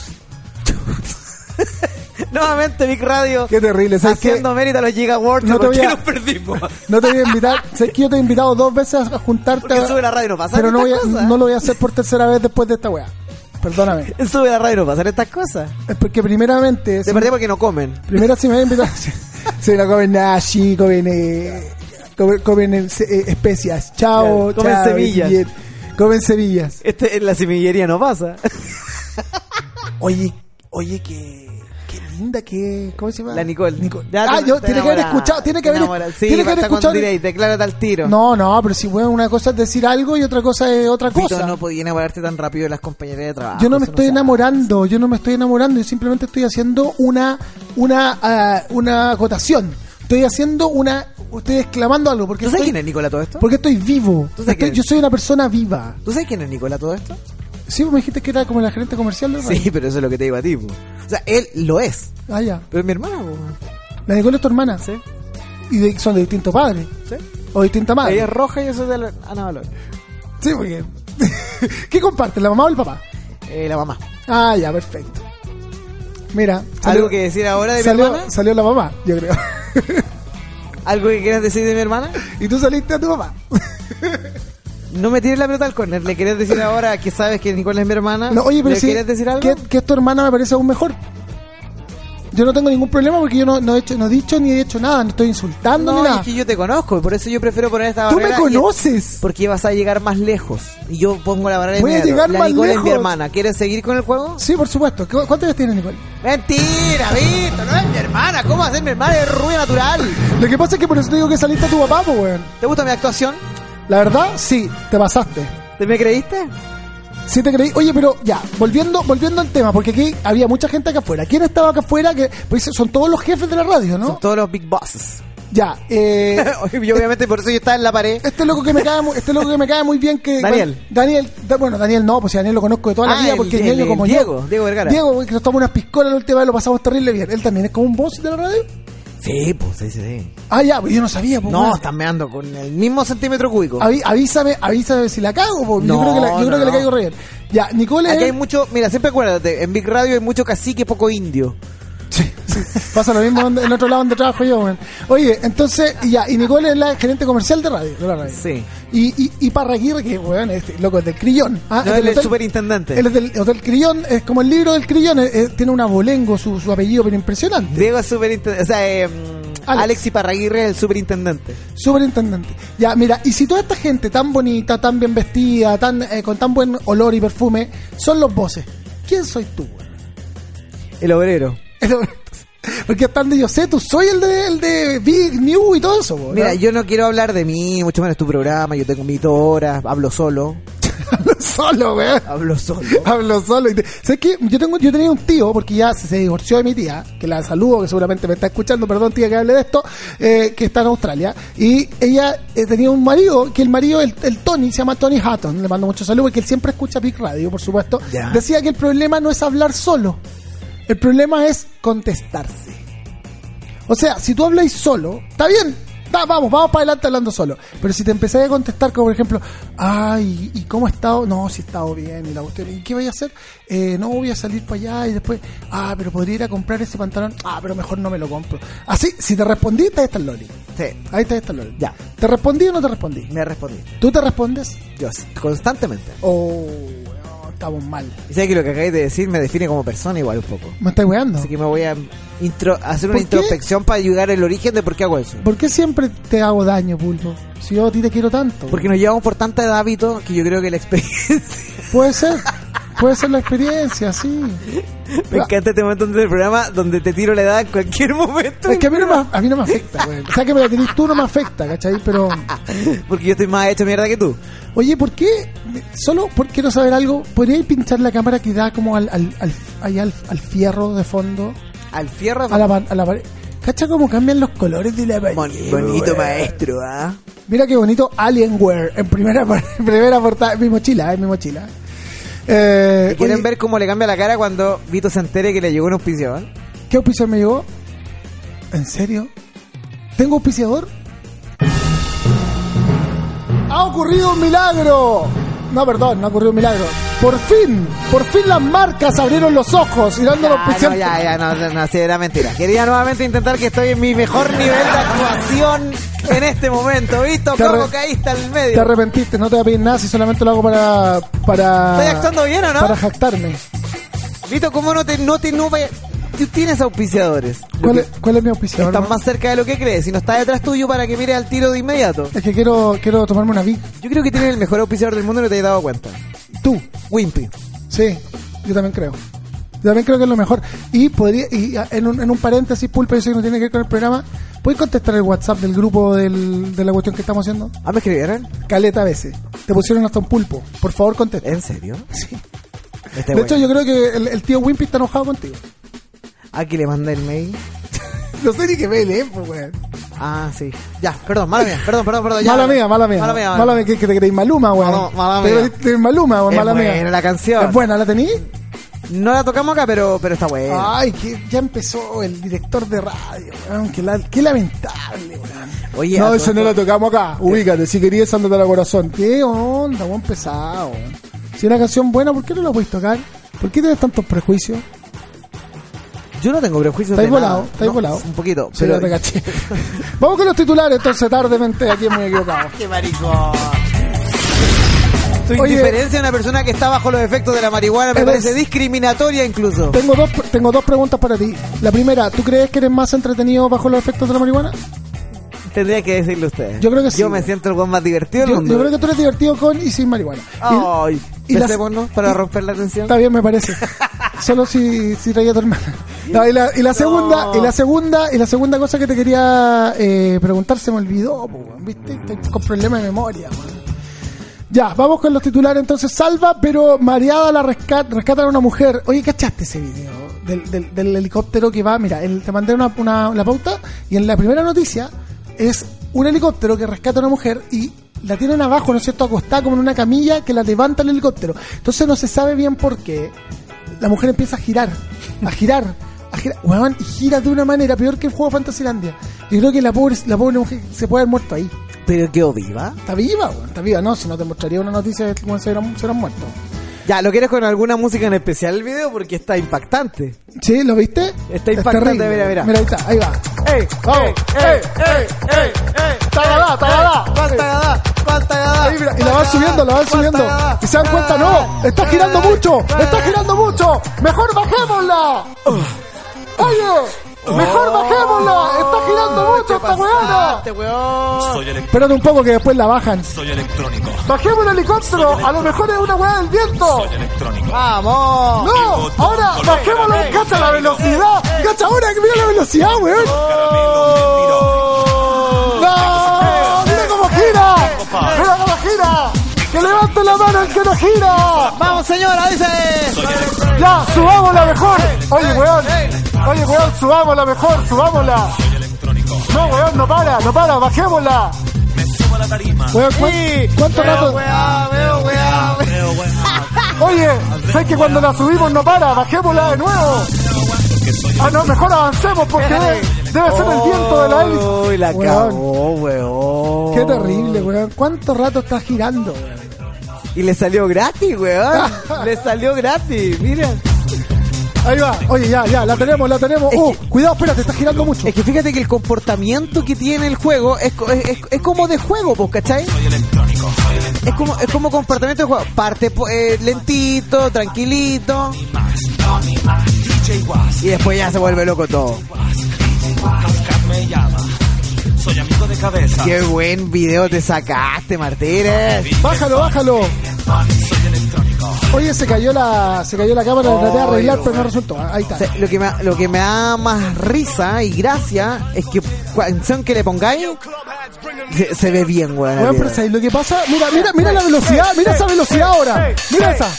[SPEAKER 3] Nuevamente, Big Radio.
[SPEAKER 2] Qué terrible, ¿sabes qué?
[SPEAKER 3] Haciendo mérito a los Giga Awards,
[SPEAKER 2] No te
[SPEAKER 3] ¿por qué
[SPEAKER 2] voy a-
[SPEAKER 3] nos perdimos?
[SPEAKER 2] No te voy a invitar. sabes que yo te he invitado dos veces a juntarte.
[SPEAKER 3] Porque sube la radio, no pasa
[SPEAKER 2] Pero no, voy
[SPEAKER 3] estas
[SPEAKER 2] a-
[SPEAKER 3] cosas.
[SPEAKER 2] no lo voy a hacer por tercera vez después de esta weá. perdóname.
[SPEAKER 3] En Sube la radio no pasan estas cosas.
[SPEAKER 2] Es porque primeramente...
[SPEAKER 3] De
[SPEAKER 2] si-
[SPEAKER 3] partida porque no comen.
[SPEAKER 2] Primero si me había invitado. Se la comen nashi, comen, eh, comen, comen, eh, especias. Chao,
[SPEAKER 3] Claro, comen
[SPEAKER 2] chao,
[SPEAKER 3] semillas.
[SPEAKER 2] bien. Comen semillas.
[SPEAKER 3] Este, en la semillería no pasa.
[SPEAKER 2] Oye, oye, que. Qué linda que. ¿Cómo se llama?
[SPEAKER 3] La Nicole.
[SPEAKER 2] Nico-
[SPEAKER 3] Ya
[SPEAKER 2] ah,
[SPEAKER 3] te-
[SPEAKER 2] yo,
[SPEAKER 3] te
[SPEAKER 2] tiene que haber
[SPEAKER 3] enamorada,
[SPEAKER 2] escuchado. Tiene que
[SPEAKER 3] te
[SPEAKER 2] haber,
[SPEAKER 3] enamorada. Sí,
[SPEAKER 2] tiene que haber
[SPEAKER 3] basta cuando
[SPEAKER 2] escuchado.
[SPEAKER 3] diréis, declárate al tiro.
[SPEAKER 2] No, no, pero si, weón, una cosa es decir algo y otra cosa es otra
[SPEAKER 3] Pito,
[SPEAKER 2] cosa.
[SPEAKER 3] no podía enamorarte tan rápido de las compañeras de trabajo.
[SPEAKER 2] yo no me
[SPEAKER 3] eso
[SPEAKER 2] estoy
[SPEAKER 3] se hace.
[SPEAKER 2] enamorando, yo no me estoy enamorando, yo simplemente estoy haciendo una una ah, una acotación. Estoy haciendo una estoy exclamando algo porque
[SPEAKER 3] ¿Tú sabes
[SPEAKER 2] estoy,
[SPEAKER 3] quién es Nicola todo esto?
[SPEAKER 2] Porque estoy vivo.
[SPEAKER 3] ¿Tú sabes
[SPEAKER 2] Estoy-
[SPEAKER 3] que-
[SPEAKER 2] yo soy una persona viva.
[SPEAKER 3] ¿Tú sabes quién es Nicola todo esto?
[SPEAKER 2] Sí, vos me dijiste que era como la gerente comercial de
[SPEAKER 3] Sí, pero eso es lo que te digo a ti. po. O sea, él lo es.
[SPEAKER 2] Ah, ya.
[SPEAKER 3] Pero es mi hermana, po.
[SPEAKER 2] La Nicole es tu hermana.
[SPEAKER 3] ¿sí?
[SPEAKER 2] Y de- son de distintos padres.
[SPEAKER 3] ¿Sí?
[SPEAKER 2] O distinta madre.
[SPEAKER 3] Ella es roja y yo soy de la- ah, Ana Valor.
[SPEAKER 2] Sí, porque. ¿Qué comparten? ¿La mamá o el papá?
[SPEAKER 3] Eh, la mamá.
[SPEAKER 2] Ah, ya, perfecto. Mira.
[SPEAKER 3] ¿Algo que decir ahora de mi hermana?
[SPEAKER 2] salió, salió la mamá, yo creo.
[SPEAKER 3] ¿Algo que quieras decir de mi hermana?
[SPEAKER 2] y tú saliste a tu mamá.
[SPEAKER 3] No me tires la pelota al corner. ¿Le querés decir ahora que sabes que Nicola es mi hermana?
[SPEAKER 2] No, oye, pero
[SPEAKER 3] Ah, ¿Le
[SPEAKER 2] sí.
[SPEAKER 3] quieres decir algo?
[SPEAKER 2] Que, que es tu hermana me parece aún mejor. Yo no tengo ningún problema porque yo no, no he, hecho, no he dicho ni he hecho nada, no estoy insultando ni
[SPEAKER 3] No,
[SPEAKER 2] nada.
[SPEAKER 3] es que yo te conozco, por eso yo prefiero poner esta
[SPEAKER 2] Tú me
[SPEAKER 3] barrera. y-
[SPEAKER 2] conoces.
[SPEAKER 3] Porque vas a llegar más lejos. Y yo pongo la barrera de
[SPEAKER 2] Voy a
[SPEAKER 3] mi
[SPEAKER 2] llegar
[SPEAKER 3] La
[SPEAKER 2] más
[SPEAKER 3] Nicole es mi
[SPEAKER 2] lejos.
[SPEAKER 3] hermana. ¿Quieres seguir con el juego?
[SPEAKER 2] Sí, por supuesto. ¿Cu- ¿Cuántos años tienes, Nicole?
[SPEAKER 3] Mentira, Vito, no es mi hermana. ¿Cómo va a ser mi hermana? Es rubia natural.
[SPEAKER 2] Lo que pasa es que por eso te digo que saliste a tu papá, pues, weón.
[SPEAKER 3] ¿Te gusta mi actuación?
[SPEAKER 2] La verdad, sí, te pasaste.
[SPEAKER 3] ¿Te me creíste?
[SPEAKER 2] Sí te creí. Oye, pero ya, volviendo, volviendo al tema, porque aquí había mucha gente acá afuera. ¿Quién estaba acá afuera? Que, pues son todos los jefes de la radio, ¿no?
[SPEAKER 3] Son todos los big bosses.
[SPEAKER 2] Ya, eh,
[SPEAKER 3] y obviamente por eso yo estaba en la pared.
[SPEAKER 2] este loco que me cae, mu- este loco que me cae muy bien que
[SPEAKER 3] Daniel.
[SPEAKER 2] Daniel, da- bueno, Daniel no, pues si Daniel lo conozco de toda la
[SPEAKER 3] Ah,
[SPEAKER 2] vida
[SPEAKER 3] el-
[SPEAKER 2] porque
[SPEAKER 3] el-
[SPEAKER 2] Daniel
[SPEAKER 3] el
[SPEAKER 2] como
[SPEAKER 3] Diego,
[SPEAKER 2] yo.
[SPEAKER 3] Diego Vergara.
[SPEAKER 2] Diego, que nos tomó unas piscolas la última vez, lo pasamos terrible bien. Él también es como un boss de la radio.
[SPEAKER 3] Sí, pues sí, sí, sí.
[SPEAKER 2] Ah, ya, pues yo no sabía, pues.
[SPEAKER 3] No,
[SPEAKER 2] weón.
[SPEAKER 3] están meando con el mismo centímetro cúbico.
[SPEAKER 2] Avi- avísame, avísame si la cago, pues. yo
[SPEAKER 3] No,
[SPEAKER 2] creo que, la- yo
[SPEAKER 3] no,
[SPEAKER 2] creo que le
[SPEAKER 3] no.
[SPEAKER 2] caigo re bien. Ya, Nicole es-
[SPEAKER 3] Aquí hay mucho, mira, siempre acuérdate, en Big Radio hay mucho cacique, poco indio.
[SPEAKER 2] Sí, sí. Pasa lo mismo donde- en otro lado donde trabajo yo, weón. Oye, entonces, y ya, y Nicole es la gerente comercial de radio. de la radio.
[SPEAKER 3] Sí.
[SPEAKER 2] Y, y, y Parraguirre, que weón, este, loco, es del Crillón. ¿ah?
[SPEAKER 3] No,
[SPEAKER 2] Es
[SPEAKER 3] él
[SPEAKER 2] del
[SPEAKER 3] es el
[SPEAKER 2] hotel-
[SPEAKER 3] superintendente.
[SPEAKER 2] Él es del Hotel Crillón, es como el libro del Crillón, eh, eh, tiene un abolengo su, su apellido, pero impresionante.
[SPEAKER 3] Diego es superintendente. O sea, eh, Alex.
[SPEAKER 2] Alex
[SPEAKER 3] Iparraguirre es el superintendente.
[SPEAKER 2] Superintendente. Ya, mira, y si toda esta gente tan bonita, tan bien vestida, tan eh, con tan buen olor y perfume, son los voces, ¿quién soy tú, weón?
[SPEAKER 3] El obrero.
[SPEAKER 2] Porque hasta donde yo sé, tú soy el de, el de Big New y todo eso, weón.
[SPEAKER 3] Mira, yo no quiero hablar de mí, mucho menos tu programa. Yo tengo mis dos horas, hablo solo.
[SPEAKER 2] solo, weón.
[SPEAKER 3] Hablo solo.
[SPEAKER 2] Hablo solo. y te- ¿Sabes qué? Yo, tengo, yo tenía un tío, porque ya se, se divorció de mi tía, que la saludo, que seguramente me está escuchando, perdón tía que hable de esto, eh, que está en Australia. Y ella eh, tenía un marido, que el marido, el, el Tony, se llama Tony Hatton, le mando mucho saludo, porque él siempre escucha Big Radio, por supuesto.
[SPEAKER 3] Ya.
[SPEAKER 2] Decía que el problema no es hablar solo, el problema es contestarse. O sea, si tú habláis solo, está bien. da, vamos, vamos para adelante hablando solo. Pero si te empezáis a contestar, como por ejemplo, ay, ¿y cómo he estado? No, si he estado bien, y la cuestión, ¿y qué voy a hacer? Eh, no, voy a salir para allá y después, ah, pero podría ir a comprar ese pantalón. Ah, pero mejor no me lo compro. Así, si te respondí, te está el Loli.
[SPEAKER 3] Sí,
[SPEAKER 2] Ahí está, está el Loli.
[SPEAKER 3] Ya.
[SPEAKER 2] ¿Te respondí o no te respondí?
[SPEAKER 3] me respondiste.
[SPEAKER 2] ¿Tú te respondes?
[SPEAKER 3] Yo, sí, constantemente.
[SPEAKER 2] O oh, estamos mal.
[SPEAKER 3] Y sabes que lo que acabáis de decir me define como persona igual un poco.
[SPEAKER 2] ¿Me estás weando?
[SPEAKER 3] Así que me voy a intro- hacer una
[SPEAKER 2] ¿Por qué?
[SPEAKER 3] introspección para ayudar el origen de por qué hago eso.
[SPEAKER 2] ¿Por qué siempre te hago daño, Pulpo? Si yo a ti te quiero tanto.
[SPEAKER 3] Porque nos llevamos por tanta edad, Vito, que yo creo que la experiencia.
[SPEAKER 2] Puede ser, puede ser la experiencia, sí. Ah.
[SPEAKER 3] Me encanta este momento del programa donde te tiro la edad en cualquier momento.
[SPEAKER 2] Es que a mí no me, a mí no me afecta, güey. O sea, que me la tenés tú no me afecta, ¿cachai? Pero,
[SPEAKER 3] Porque yo estoy más hecho mierda que tú.
[SPEAKER 2] oye, ¿por qué? Solo por quiero saber algo. ¿Podríais pinchar la cámara que da como al, al, al, ahí al, al fierro de fondo?
[SPEAKER 3] Al fierro.
[SPEAKER 2] A la, pa- a la pared. ¿Cacha cómo cambian los colores de la pared?
[SPEAKER 3] Boni- bonito
[SPEAKER 2] güey?
[SPEAKER 3] maestro, ¿ah?
[SPEAKER 2] Mira qué bonito Alienware en primera, par- en primera portada. Mi mochila, eh, mi mochila. Eh,
[SPEAKER 3] ¿Y ¿Quieren
[SPEAKER 2] oye,
[SPEAKER 3] ver cómo le cambia la cara cuando Vito se entere que le llegó un ah? auspiciador?
[SPEAKER 2] ¿Qué auspiciador me llegó? ¿En serio? ¿Tengo auspiciador? ¡Ha ocurrido un milagro! No, perdón, no ocurrió un milagro. Por fin, por fin las marcas abrieron los ojos y dando los
[SPEAKER 3] Ya, Ah, no,
[SPEAKER 2] auspiciantes.
[SPEAKER 3] ya, ya, no, no, no, sí, era mentira. Quería nuevamente intentar que estoy en mi mejor nivel de actuación en este momento, ¿visto?
[SPEAKER 2] Te
[SPEAKER 3] ¿Cómo
[SPEAKER 2] arre-
[SPEAKER 3] caíste al
[SPEAKER 2] Te
[SPEAKER 3] medio?
[SPEAKER 2] arrepentiste, no te voy a pedir nada si solamente lo hago para. para
[SPEAKER 3] ¿Estoy actuando bien o no?
[SPEAKER 2] Para jactarme.
[SPEAKER 3] ¿Visto cómo no te, no te, no vaya- Tú tienes auspiciadores.
[SPEAKER 2] ¿Cuál es, cuál es mi auspiciador? no?
[SPEAKER 3] Estás más cerca de lo que crees y no está detrás tuyo para que mires al tiro de inmediato.
[SPEAKER 2] Es que quiero, quiero tomarme una Vic.
[SPEAKER 3] Yo creo que tienes el mejor auspiciador del mundo y no te has dado cuenta.
[SPEAKER 2] Tú.
[SPEAKER 3] Wimpy.
[SPEAKER 2] Sí, yo también creo. Yo también creo que es lo mejor. Y podría, y ah, en un, en un paréntesis, Pulpa, yo sé que no tiene que ver con el programa. ¿Puedes contestar el WhatsApp del grupo del- de la cuestión que estamos haciendo?
[SPEAKER 3] ¿Ah, me escribieron?
[SPEAKER 2] Caleta a veces. Te pusieron hasta un pulpo. Por favor, contesta.
[SPEAKER 3] ¿En serio?
[SPEAKER 2] Sí.
[SPEAKER 3] Este
[SPEAKER 2] De
[SPEAKER 3] güey.
[SPEAKER 2] hecho, yo creo que el, el tío Wimpy está enojado contigo.
[SPEAKER 3] Aquí le mandé el mail.
[SPEAKER 2] No sé ni qué me lee, pues, weón.
[SPEAKER 3] Ah, sí. Ya, perdón, mala mía, perdón, perdón, perdón. ya.
[SPEAKER 2] mala mía, mala mía.
[SPEAKER 3] Mala mía, mala
[SPEAKER 2] Mala mía, que, que te creéis Maluma, weón.
[SPEAKER 3] Mala- mala
[SPEAKER 2] Te
[SPEAKER 3] mía.
[SPEAKER 2] creéis- te creéis Maluma, weón,
[SPEAKER 3] Es
[SPEAKER 2] mala mía.
[SPEAKER 3] buena la canción.
[SPEAKER 2] ¿Es buena? ¿La tení?
[SPEAKER 3] No la tocamos acá, pero, pero está buena.
[SPEAKER 2] Ay, que ya empezó el director de radio, weón. Qué, la- qué lamentable, weón.
[SPEAKER 3] Oye, a
[SPEAKER 2] no,
[SPEAKER 3] todo
[SPEAKER 2] eso no
[SPEAKER 3] esto-
[SPEAKER 2] lo tocamos acá. Ubícate, si querías, andate al corazón. ¿Qué onda, buen pesado? weón? Si una canción buena, ¿por qué no la podéis tocar? ¿Por qué tienes tantos prejuicios?
[SPEAKER 3] Yo no tengo prejuicios.
[SPEAKER 2] Estáis
[SPEAKER 3] de nada.
[SPEAKER 2] volado, estáis
[SPEAKER 3] No,
[SPEAKER 2] volado.
[SPEAKER 3] Un poquito,
[SPEAKER 2] Sí,
[SPEAKER 3] pero.
[SPEAKER 2] ya te caché. Vamos con los titulares, entonces, tardemente, aquí en muy equivocado.
[SPEAKER 3] ¡Qué maricón! Tu
[SPEAKER 2] Oye.
[SPEAKER 3] indiferencia a una persona que está bajo los efectos de la marihuana me
[SPEAKER 2] Eres-
[SPEAKER 3] parece discriminatoria incluso.
[SPEAKER 2] Tengo dos, tengo dos preguntas para ti. La primera, ¿tú crees que eres más entretenido bajo los efectos de la marihuana?
[SPEAKER 3] Tendría que decirle usted.
[SPEAKER 2] Yo creo que sí.
[SPEAKER 3] Yo me siento el weón más divertido del
[SPEAKER 2] Yo,
[SPEAKER 3] mundo.
[SPEAKER 2] yo creo que tú eres divertido con y sin marihuana. Y-
[SPEAKER 3] Ay,
[SPEAKER 2] y las-
[SPEAKER 3] besémonos para romper la tensión.
[SPEAKER 2] Está bien, me parece. Solo si, si traía a tu hermana. No, y, la, y la segunda, y la segunda, y la segunda cosa que te quería eh, preguntar se me olvidó, po, weón, viste, estoy con problemas de memoria. weón. Ya, vamos con los titulares entonces. Salva, pero mareada la rescat, rescatan a una mujer. Oye, ¿cachaste ese video del, del- del helicóptero que va? Mira, el- te mandé una, una- la pauta y en la primera noticia es un helicóptero que rescata a una mujer y la tienen abajo, ¿no es cierto?, acostada como en una camilla que la levanta el helicóptero. Entonces no se sabe bien por qué la mujer empieza a girar, a girar, a girar, weón, y gira de una manera peor que el juego Fantasylandia. Yo creo que la pobre, la pobre mujer se puede haber muerto ahí.
[SPEAKER 3] Pero ah? quedó viva.
[SPEAKER 2] Está viva, weón, está viva, no, si no te mostraría una noticia de que weón, se hubieran, se hubieran muerto.
[SPEAKER 3] Ya, ¿lo quieres con alguna música en especial el video? Porque está impactante.
[SPEAKER 2] ¿Sí? ¿Lo viste?
[SPEAKER 3] Está
[SPEAKER 2] Es
[SPEAKER 3] impactante,
[SPEAKER 2] terrible.
[SPEAKER 3] mira, mira.
[SPEAKER 2] Mira, ahí está, ahí va.
[SPEAKER 3] ¡Ey!
[SPEAKER 2] Vamos.
[SPEAKER 3] ¡Ey! ¡Ey! ¡Ey! ¡Ey!
[SPEAKER 2] Tagadá, tagadá.
[SPEAKER 3] ¡Cuánta gadá! ¡Cuánta gadá!
[SPEAKER 2] Ahí, mira, y la van subiendo, la van subiendo. Y se dan cuenta, no,
[SPEAKER 3] Eh,
[SPEAKER 2] está girando mucho, está girando mucho. Mejor bajémosla.
[SPEAKER 3] Uh.
[SPEAKER 2] Oye, mejor bajémosla. Está
[SPEAKER 3] Oh,
[SPEAKER 2] girando mucho esta weona.
[SPEAKER 4] Soy, elec-
[SPEAKER 2] Espérate un poco que después la bajan.
[SPEAKER 4] soy electrónico.
[SPEAKER 2] Bajemos el helicóptero, a lo mejor es una weá del viento.
[SPEAKER 4] Soy electrónico.
[SPEAKER 3] ¡Vamos!
[SPEAKER 2] No, ahora bajémoslo, cacha la velocidad. Cacha ahora, mira la velocidad, weón. No, mira cómo gira. Mira cómo gira. Que levante la mano el que no gira.
[SPEAKER 3] ¡Vamos, señora! ¡Dice!
[SPEAKER 2] Ya, subámosla mejor. Oye, weón. Oye, weón, subámosla mejor, subámosla. No, weón, no para, no para, bajémosla.
[SPEAKER 4] Me subo a la tarima.
[SPEAKER 2] Weón, ¿cuán- ¿cuánto rato?
[SPEAKER 3] ¡Weá, veo, weá!
[SPEAKER 4] Veo, weá,
[SPEAKER 2] Oye, sé que cuando la subimos no para, bajémosla de nuevo. Ah, no, mejor avancemos porque debe, debe ser el viento de la hélice.
[SPEAKER 3] ¡Uy, la
[SPEAKER 2] Weón,
[SPEAKER 3] cagó, weón!
[SPEAKER 2] Qué terrible, weón. ¿Cuánto rato está girando? weón?
[SPEAKER 3] Y le salió gratis, weón. le salió gratis, mira.
[SPEAKER 2] Ahí va. Oye, ya, ya, la tenemos, la tenemos.
[SPEAKER 3] Es
[SPEAKER 2] Uh,
[SPEAKER 3] que-
[SPEAKER 2] cuidado, espérate, está girando mucho.
[SPEAKER 3] Es que fíjate que el comportamiento que tiene el juego es, co- es, es- es como de juego, ¿vos cachai?
[SPEAKER 4] soy electrónico. Soy
[SPEAKER 3] Es como, es como comportamiento de juego. Parte po- eh, lentito, tranquilito. Y después ya se vuelve loco todo.
[SPEAKER 4] electrónico. Me llama. Soy amigo de cabeza.
[SPEAKER 3] Qué buen video te sacaste, Martínez.
[SPEAKER 2] Bájalo, bájalo.
[SPEAKER 4] Soy electrónico.
[SPEAKER 2] Oye, se cayó la, se cayó la cámara, la traté de arreglar,
[SPEAKER 3] Oye,
[SPEAKER 2] pero no resultó. Ahí está.
[SPEAKER 3] O sea, lo, que me, lo que me da más risa y gracia es que canción que le pongáis se, se ve bien, weón.
[SPEAKER 2] Weón, pero ¿sabes lo que pasa? Mira, mira, mira la velocidad, mira esa velocidad ahora. Mira esa.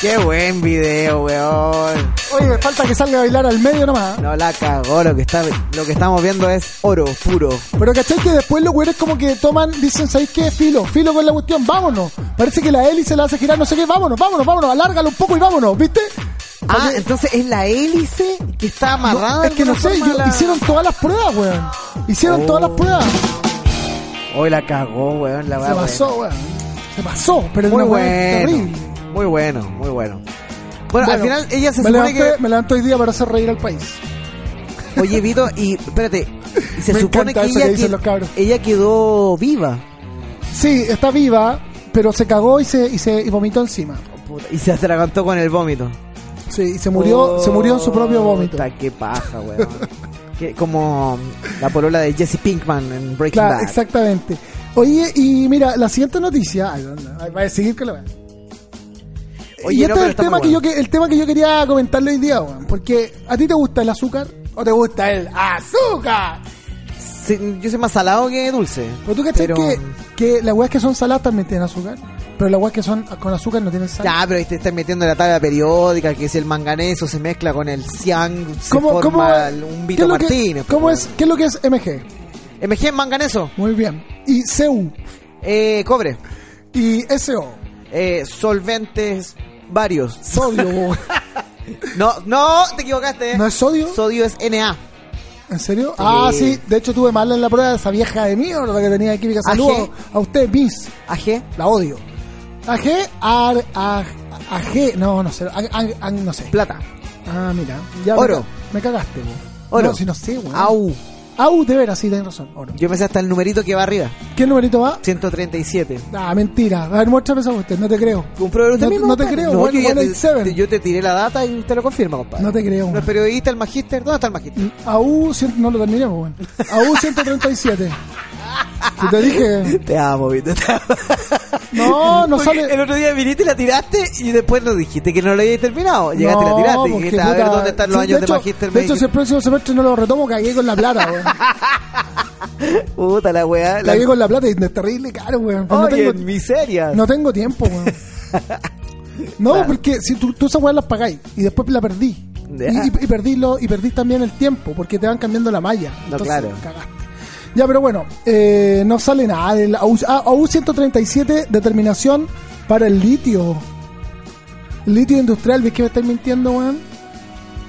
[SPEAKER 3] Qué buen video, weón.
[SPEAKER 2] Oye, falta que salga a bailar al medio nomás.
[SPEAKER 3] No la cagó, lo que está, lo que estamos viendo es oro puro.
[SPEAKER 2] Pero ¿cachai que después los güeyes como que toman, dicen, ¿sabéis qué? Filo, filo con la cuestión, vámonos. Parece que la hélice la hace girar, no sé qué, vámonos, vámonos, vámonos, alárgalo un poco y vámonos, ¿viste?
[SPEAKER 3] Ah, entonces es la hélice que está
[SPEAKER 2] No,
[SPEAKER 3] amarrada. de
[SPEAKER 2] es que no
[SPEAKER 3] alguna
[SPEAKER 2] sé,
[SPEAKER 3] forma
[SPEAKER 2] yo-
[SPEAKER 3] a la- Oh,
[SPEAKER 2] hicieron todas las pruebas, weón. Hicieron todas las pruebas.
[SPEAKER 3] Hoy la cagó, weón, la
[SPEAKER 2] Se
[SPEAKER 3] weá,
[SPEAKER 2] pasó, weón.
[SPEAKER 3] weón.
[SPEAKER 2] Se pasó, pero es
[SPEAKER 3] Muy
[SPEAKER 2] una weá
[SPEAKER 3] bueno.
[SPEAKER 2] terrible.
[SPEAKER 3] Muy bueno, muy bueno. Bueno, al
[SPEAKER 2] Bueno,
[SPEAKER 3] final ella se
[SPEAKER 2] me
[SPEAKER 3] supone
[SPEAKER 2] levanté,
[SPEAKER 3] que.
[SPEAKER 2] me levanto hoy día para hacer reír al país.
[SPEAKER 3] Oye, Vito, y espérate. y Se
[SPEAKER 2] Me
[SPEAKER 3] supone que
[SPEAKER 2] encanta eso
[SPEAKER 3] ella,
[SPEAKER 2] que dicen
[SPEAKER 3] que-
[SPEAKER 2] los cabros.
[SPEAKER 3] ella quedó viva.
[SPEAKER 2] Sí, está viva, pero se cagó y se, y se y vomitó encima.
[SPEAKER 3] Puta, Y se atragantó con el vómito.
[SPEAKER 2] Sí, y se murió, se murió en su propio vómito.
[SPEAKER 3] Puta, qué paja, weón. Que- como la polola de Jesse Pinkman en Breaking
[SPEAKER 2] Claro,
[SPEAKER 3] Bad.
[SPEAKER 2] exactamente. Oye, y mira, la siguiente noticia. Ay, no, ay, Voy a seguir con la.
[SPEAKER 3] Oye,
[SPEAKER 2] y este
[SPEAKER 3] no, pero
[SPEAKER 2] es el
[SPEAKER 3] está
[SPEAKER 2] tema,
[SPEAKER 3] muy
[SPEAKER 2] que yo,
[SPEAKER 3] bueno.
[SPEAKER 2] que- el tema que yo quería comentarle hoy día, weón. Porque, ¿a ti te gusta el azúcar? ¿O te gusta el azúcar?
[SPEAKER 3] Sí, yo soy más salado que dulce.
[SPEAKER 2] Pero tú cachai
[SPEAKER 3] Pero-
[SPEAKER 2] que, que las weas que son saladas también tienen azúcar. Pero las weas que son con azúcar no tienen sal.
[SPEAKER 3] Ya, pero ahí te estás metiendo en la tabla periódica, que si el manganeso se mezcla con el cian, se
[SPEAKER 2] ¿Cómo,
[SPEAKER 3] forma
[SPEAKER 2] cómo,
[SPEAKER 3] un
[SPEAKER 2] ¿qué
[SPEAKER 3] Vito
[SPEAKER 2] es lo que-
[SPEAKER 3] Martínez.
[SPEAKER 2] ¿cómo
[SPEAKER 3] pues,
[SPEAKER 2] es, ¿Qué es lo que es MG?
[SPEAKER 3] weón. MG en manganeso,
[SPEAKER 2] Muy bien. Y CU.
[SPEAKER 3] eh, cobre,
[SPEAKER 2] Y SO.
[SPEAKER 3] eh, solventes varios.
[SPEAKER 2] Sodio. weón.
[SPEAKER 3] No, no, te equivocaste. eh.
[SPEAKER 2] ¿No es sodio?
[SPEAKER 3] Sodio es NA.
[SPEAKER 2] ¿En serio? Ah, sí. De hecho, tuve mal en la prueba de esa vieja de mierda que tenía de química. Saludos a usted, Miss.
[SPEAKER 3] AG.
[SPEAKER 2] La odio. AG, AR, AG, AG, no, no sé. ag- ag- ag- no sé.
[SPEAKER 3] Plata.
[SPEAKER 2] Ah, mira. Ya
[SPEAKER 3] Oro.
[SPEAKER 2] Me, ca- me cagaste, weón.
[SPEAKER 3] Oro.
[SPEAKER 2] No, si no sé, weón. Au.
[SPEAKER 3] AU.
[SPEAKER 2] de veras, sí, tenés razón. Oro.
[SPEAKER 3] Yo me sé hasta el numerito que va arriba.
[SPEAKER 2] ¿Qué numerito va?
[SPEAKER 3] 137.
[SPEAKER 2] Ah, mentira. A ver, muéstrame esa usted. No te creo.
[SPEAKER 3] Compruébalo usted
[SPEAKER 2] No-
[SPEAKER 3] mismo,
[SPEAKER 2] no te
[SPEAKER 3] compadre.
[SPEAKER 2] creo, one-
[SPEAKER 3] yo, ya
[SPEAKER 2] one
[SPEAKER 3] te,
[SPEAKER 2] eight seven.
[SPEAKER 3] te- yo te tiré la data y te lo confirmo, compadre.
[SPEAKER 2] No te creo,
[SPEAKER 3] ¿No
[SPEAKER 2] man.
[SPEAKER 3] es periodista, el magíster? ¿Dónde está el magíster?
[SPEAKER 2] AU, cien- no lo terminé, pues, weón. AU 137. Si te dije.
[SPEAKER 3] Te amo, Vito. te amo.
[SPEAKER 2] No, no
[SPEAKER 3] Porque
[SPEAKER 2] sale.
[SPEAKER 3] El otro día viniste y la tiraste y después nos dijiste que no lo habías terminado. Llegaste y la tiraste y
[SPEAKER 2] porque,
[SPEAKER 3] dijiste, a ver
[SPEAKER 2] puta,
[SPEAKER 3] dónde están los
[SPEAKER 2] sí,
[SPEAKER 3] años de,
[SPEAKER 2] hecho-
[SPEAKER 3] magíster.
[SPEAKER 2] De hecho, si el próximo semestre no lo retomo, cagué con la plata, weón.
[SPEAKER 3] Puta la weá. La...
[SPEAKER 2] cagué con la plata y es terrible caro, weón. Pues
[SPEAKER 3] Oye,
[SPEAKER 2] no,
[SPEAKER 3] en
[SPEAKER 2] tengo,
[SPEAKER 3] miseria.
[SPEAKER 2] no tengo tiempo, weón. No, porque si tú, tú esas weas las pagáis y después las perdí.
[SPEAKER 3] Ya.
[SPEAKER 2] Y, y- y perdí lo, y perdí también el tiempo porque te van cambiando la malla.
[SPEAKER 3] No,
[SPEAKER 2] Entonces,
[SPEAKER 3] claro.
[SPEAKER 2] cagaste. Ya, pero bueno, eh, no sale nada. del AU, ah, AU 137, determinación para el litio. Litio industrial, ¿ves que me estáis mintiendo, weón?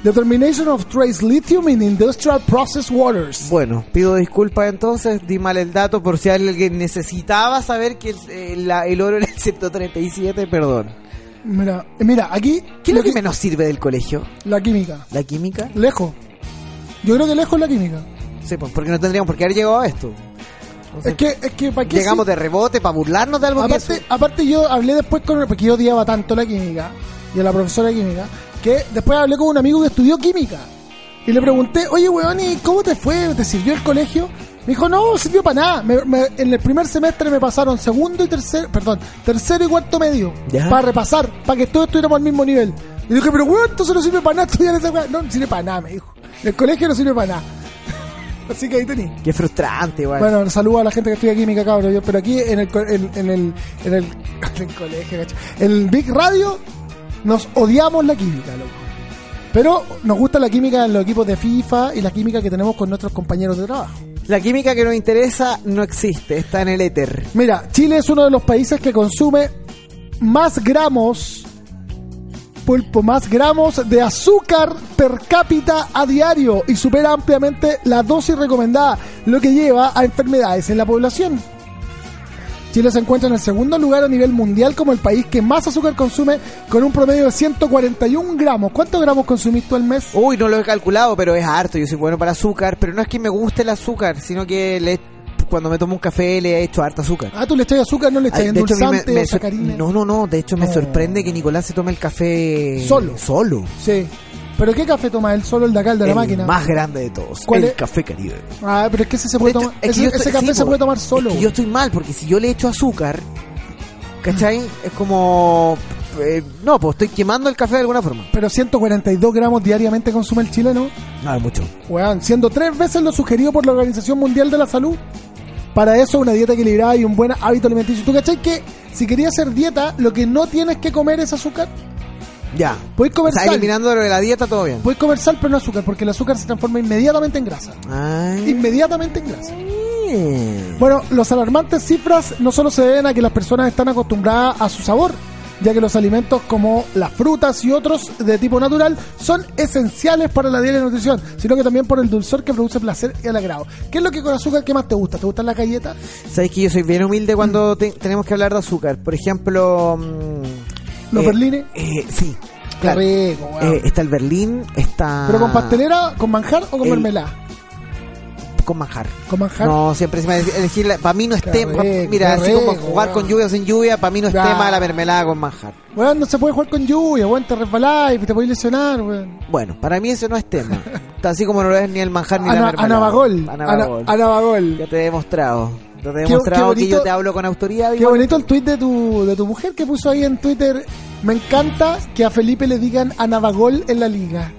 [SPEAKER 2] Determination of trace lithium in industrial process waters.
[SPEAKER 3] Bueno, pido disculpas entonces, di mal el dato por si alguien necesitaba saber que el, eh, la- el oro era el 137, perdón.
[SPEAKER 2] Mira, mira, aquí.
[SPEAKER 3] ¿Qué es lo que
[SPEAKER 2] qui-
[SPEAKER 3] menos sirve del colegio?
[SPEAKER 2] La química.
[SPEAKER 3] ¿La química?
[SPEAKER 2] Lejos. Yo creo que lejos la química.
[SPEAKER 3] Sí, pues, porque no tendríamos por qué haber llegado a esto.
[SPEAKER 2] Es que, es que, ¿para qué?
[SPEAKER 3] Llegamos
[SPEAKER 2] si-
[SPEAKER 3] de rebote para burlarnos de algo que
[SPEAKER 2] aparte,
[SPEAKER 3] es-
[SPEAKER 2] aparte, yo hablé después con. Porque yo odiaba tanto la química y a la profesora de química. Que después hablé con un amigo que estudió química. Y le pregunté, oye, weón, ¿y cómo te fue? ¿Te sirvió el colegio? Me dijo, no, sirvió para nada. Me- me- en el primer semestre me pasaron segundo y tercero, perdón, tercero y cuarto medio.
[SPEAKER 3] Ya.
[SPEAKER 2] Para repasar, para que todos estuviéramos al mismo nivel. Y dije, pero weón, entonces no sirve para nada estudiar esa weá. No, no sirve para nada, me dijo. El colegio no sirve para nada. Así que ahí tenés.
[SPEAKER 3] Qué frustrante, weón.
[SPEAKER 2] Bueno, saludo a la gente que estudia química, cabrón. Yo, pero aquí en el, co- en, en el, en el, en el colegio, cacho. En Big Radio nos odiamos la química, loco. Pero nos gusta la química en los equipos de FIFA y la química que tenemos con nuestros compañeros de trabajo.
[SPEAKER 3] La química que nos interesa no existe, está en el éter.
[SPEAKER 2] Mira, Chile es uno de los países que consume más gramos, pulpo, más gramos de azúcar per cápita a diario y supera ampliamente la dosis recomendada, lo que lleva a enfermedades en la población. Chile se encuentra en el segundo lugar a nivel mundial como el país que más azúcar consume con un promedio de 141 gramos. ¿Cuántos gramos consumís tú al mes?
[SPEAKER 3] Uy, no lo he calculado, pero es harto. Yo soy bueno para azúcar, pero no es que me guste el azúcar, sino que le- cuando me tomo un café le he hecho harta azúcar.
[SPEAKER 2] Ah, tú le echas azúcar, no le echas
[SPEAKER 3] Ay, de hecho, a mí
[SPEAKER 2] endulzante,
[SPEAKER 3] me- me
[SPEAKER 2] o
[SPEAKER 3] sor-
[SPEAKER 2] sacarina.
[SPEAKER 3] No, no, no. De hecho, me
[SPEAKER 2] No.
[SPEAKER 3] sorprende que Nicolás se tome el café
[SPEAKER 2] Oh. Solo.
[SPEAKER 3] Solo.
[SPEAKER 2] Sí. ¿Pero qué café toma él? Solo el de acá, el de la
[SPEAKER 3] el
[SPEAKER 2] máquina.
[SPEAKER 3] más grande de todos.
[SPEAKER 2] ¿Cuál
[SPEAKER 3] el
[SPEAKER 2] es?
[SPEAKER 3] café Caribe.
[SPEAKER 2] Ah, pero es que ese se
[SPEAKER 3] De
[SPEAKER 2] puede
[SPEAKER 3] hecho,
[SPEAKER 2] tomar.
[SPEAKER 3] es que
[SPEAKER 2] Ese,
[SPEAKER 3] yo
[SPEAKER 2] ese
[SPEAKER 3] estoy-
[SPEAKER 2] café
[SPEAKER 3] sí,
[SPEAKER 2] se
[SPEAKER 3] po.
[SPEAKER 2] puede tomar solo.
[SPEAKER 3] Es que yo estoy mal, porque si yo le echo azúcar, ¿cachai? Es como. eh, no, pues estoy quemando el café de alguna forma.
[SPEAKER 2] Pero 142 gramos diariamente consume el chileno,
[SPEAKER 3] No, Ah, es mucho.
[SPEAKER 2] weón, siendo tres veces lo sugerido por la Organización Mundial de la Salud. Para eso, una dieta equilibrada y un buen hábito alimenticio. ¿Tú cachai que si querías hacer dieta, lo que no tienes que comer es azúcar?
[SPEAKER 3] Ya.
[SPEAKER 2] Puedes
[SPEAKER 3] O
[SPEAKER 2] comer
[SPEAKER 3] sea,
[SPEAKER 2] sal.
[SPEAKER 3] eliminando lo de la dieta, todo bien.
[SPEAKER 2] Puedes comer sal, pero no azúcar, porque el azúcar se transforma inmediatamente en grasa.
[SPEAKER 3] Ay.
[SPEAKER 2] Inmediatamente en grasa.
[SPEAKER 3] Mm.
[SPEAKER 2] Bueno, los alarmantes cifras no solo se deben a que las personas están acostumbradas a su sabor, ya que los alimentos como las frutas y otros de tipo natural son esenciales para la dieta y la nutrición, sino que también por el dulzor que produce placer y el agrado. ¿Qué es lo que con azúcar que más te gusta? ¿Te gustan las galletas?
[SPEAKER 3] Sabes que yo soy bien humilde
[SPEAKER 2] Mm.
[SPEAKER 3] cuando te- tenemos que hablar de azúcar. Por ejemplo. mm,
[SPEAKER 2] ¿Los berlines?
[SPEAKER 3] eh, sí,
[SPEAKER 2] Qué
[SPEAKER 3] claro.
[SPEAKER 2] rico, weón.
[SPEAKER 3] Eh, está el berlín, está.
[SPEAKER 2] ¿Pero con pastelera, con manjar o con
[SPEAKER 3] el-
[SPEAKER 2] mermelada?
[SPEAKER 3] Con manjar.
[SPEAKER 2] Con manjar.
[SPEAKER 3] No, siempre encima de- elegir. Para mí no es
[SPEAKER 2] Qué
[SPEAKER 3] tema.
[SPEAKER 2] rico,
[SPEAKER 3] Mira,
[SPEAKER 2] qué
[SPEAKER 3] así como
[SPEAKER 2] rico,
[SPEAKER 3] jugar
[SPEAKER 2] weón.
[SPEAKER 3] con lluvia o sin lluvia, para mí no es
[SPEAKER 2] Ya.
[SPEAKER 3] tema la mermelada con manjar.
[SPEAKER 2] Weón, no se puede jugar con lluvia, weón, te resbalás y te podés lesionar, weón.
[SPEAKER 3] Bueno, para mí eso no es tema. Está así como no lo es ni el manjar ni la
[SPEAKER 2] Ana-
[SPEAKER 3] mermelada.
[SPEAKER 2] Anabagol.
[SPEAKER 3] Anabagol.
[SPEAKER 2] Ana- Anabagol.
[SPEAKER 3] Ya te he demostrado. Ya te he
[SPEAKER 2] Qué-
[SPEAKER 3] demostrado
[SPEAKER 2] qué
[SPEAKER 3] que yo
[SPEAKER 2] bonito-
[SPEAKER 3] te hablo con autoridad.
[SPEAKER 2] Qué
[SPEAKER 3] igual.
[SPEAKER 2] bonito el tweet de tu, de tu mujer que puso ahí en Twitter. Me encanta que a Felipe le digan Anabagol en la liga.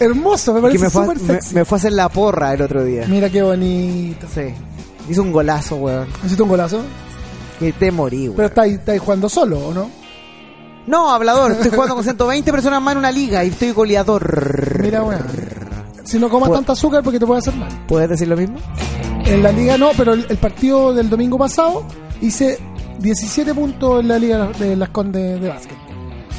[SPEAKER 2] Hermoso, me
[SPEAKER 3] que
[SPEAKER 2] parece
[SPEAKER 3] me fue, a-
[SPEAKER 2] súper sexy.
[SPEAKER 3] me- me fue a hacer la porra el otro día.
[SPEAKER 2] Mira qué bonito.
[SPEAKER 3] Sí. Hizo un golazo, weón.
[SPEAKER 2] Hiciste un golazo.
[SPEAKER 3] Que te morí, weón.
[SPEAKER 2] Pero está ahí, está ahí jugando solo, ¿o no?
[SPEAKER 3] No, hablador. Estoy jugando con 120 personas más en una liga y estoy goleador.
[SPEAKER 2] Mira, weón. Si no comas
[SPEAKER 3] Pu-
[SPEAKER 2] tanta azúcar porque te puede hacer mal.
[SPEAKER 3] ¿Puedes decir lo mismo?
[SPEAKER 2] En la liga no, pero el, el partido del domingo pasado hice 17 puntos en la liga de las Condes de básquet.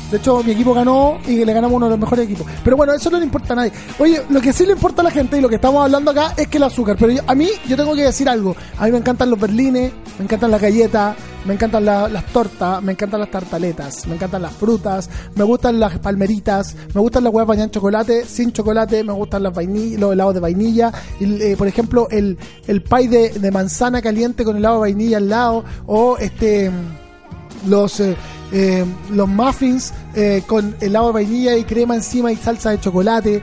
[SPEAKER 2] De hecho, mi equipo ganó y le ganamos uno de los mejores equipos. Pero bueno, eso no le importa a nadie. Oye, lo que sí le importa a la gente y lo que estamos hablando acá es que el azúcar. Pero yo- a mí, yo tengo que decir algo. A mí me encantan los berlines, me encantan las galletas, me encantan la- las tortas, me encantan las tartaletas, me encantan las frutas, me gustan las palmeritas, me gustan las huevas bañadas en chocolate, sin chocolate, me gustan las vaini- los helados de vainilla. Y, eh, por ejemplo, el, el pie de, de manzana caliente con helado de vainilla al lado, o este. mm, los eh, eh, los muffins eh, con helado de vainilla y crema encima y salsa de chocolate.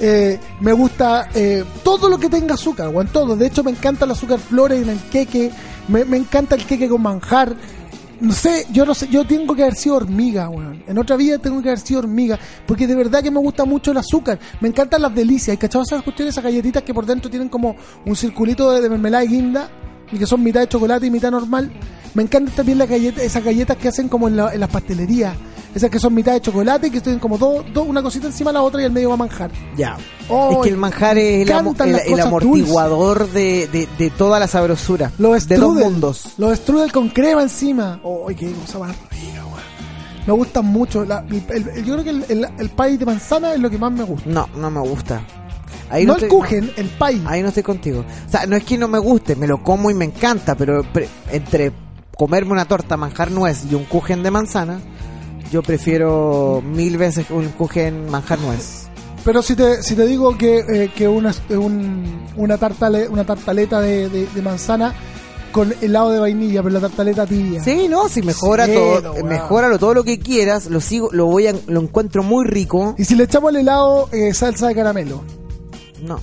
[SPEAKER 2] Eh, me gusta eh, todo lo que tenga azúcar, en todo. De hecho, me encanta el azúcar flores en el queque. Me, me encanta el queque con manjar. No sé, yo no sé, yo tengo que haber sido hormiga, weón. En otra vida tengo que haber sido hormiga, porque de verdad que me gusta mucho el azúcar. Me encantan las delicias. ¿Y cachado esas cuestiones, esas galletitas que por dentro tienen como un circulito de, de mermelada y guinda? y que son mitad de chocolate y mitad normal. Me encantan también las galletas, esas galletas que hacen como en, la- en las pastelerías. Esas que son mitad de chocolate y que tienen como dos, dos, una cosita encima de la otra y el medio va a manjar.
[SPEAKER 3] Ya.
[SPEAKER 2] Oh,
[SPEAKER 3] es que el manjar es el, amo-
[SPEAKER 2] encantan
[SPEAKER 3] el-
[SPEAKER 2] las
[SPEAKER 3] el
[SPEAKER 2] cosas
[SPEAKER 3] amortiguador de, de, de toda la sabrosura.
[SPEAKER 2] Los
[SPEAKER 3] de dos
[SPEAKER 2] strudel,
[SPEAKER 3] mundos.
[SPEAKER 2] Los strudel con crema encima. ¡Ay, qué cosa más rica, weón! Me gustan mucho. La- el- el- el- yo creo que el, el, el pie de manzana es lo que más me gusta.
[SPEAKER 3] No, no me gusta. Ahí
[SPEAKER 2] no el
[SPEAKER 3] estoy-
[SPEAKER 2] kuchen, el pie.
[SPEAKER 3] Ahí no estoy contigo. O sea, no es que no me guste, me lo como y me encanta, pero pre- entre comerme una torta, manjar nuez y un cujen de manzana, yo prefiero mil veces un cujen manjar nuez.
[SPEAKER 2] Pero si te, si te digo que, eh, que una, un- una, tartale, una tartaleta de, de- de manzana con helado de vainilla, pero la tartaleta tibia.
[SPEAKER 3] Sí, no, si mejora
[SPEAKER 2] Sí, no,
[SPEAKER 3] todo,
[SPEAKER 2] weón.
[SPEAKER 3] mejóralo todo lo que quieras, lo sigo, lo voy a, lo encuentro muy rico.
[SPEAKER 2] Y si le echamos al helado eh, salsa de caramelo.
[SPEAKER 3] No.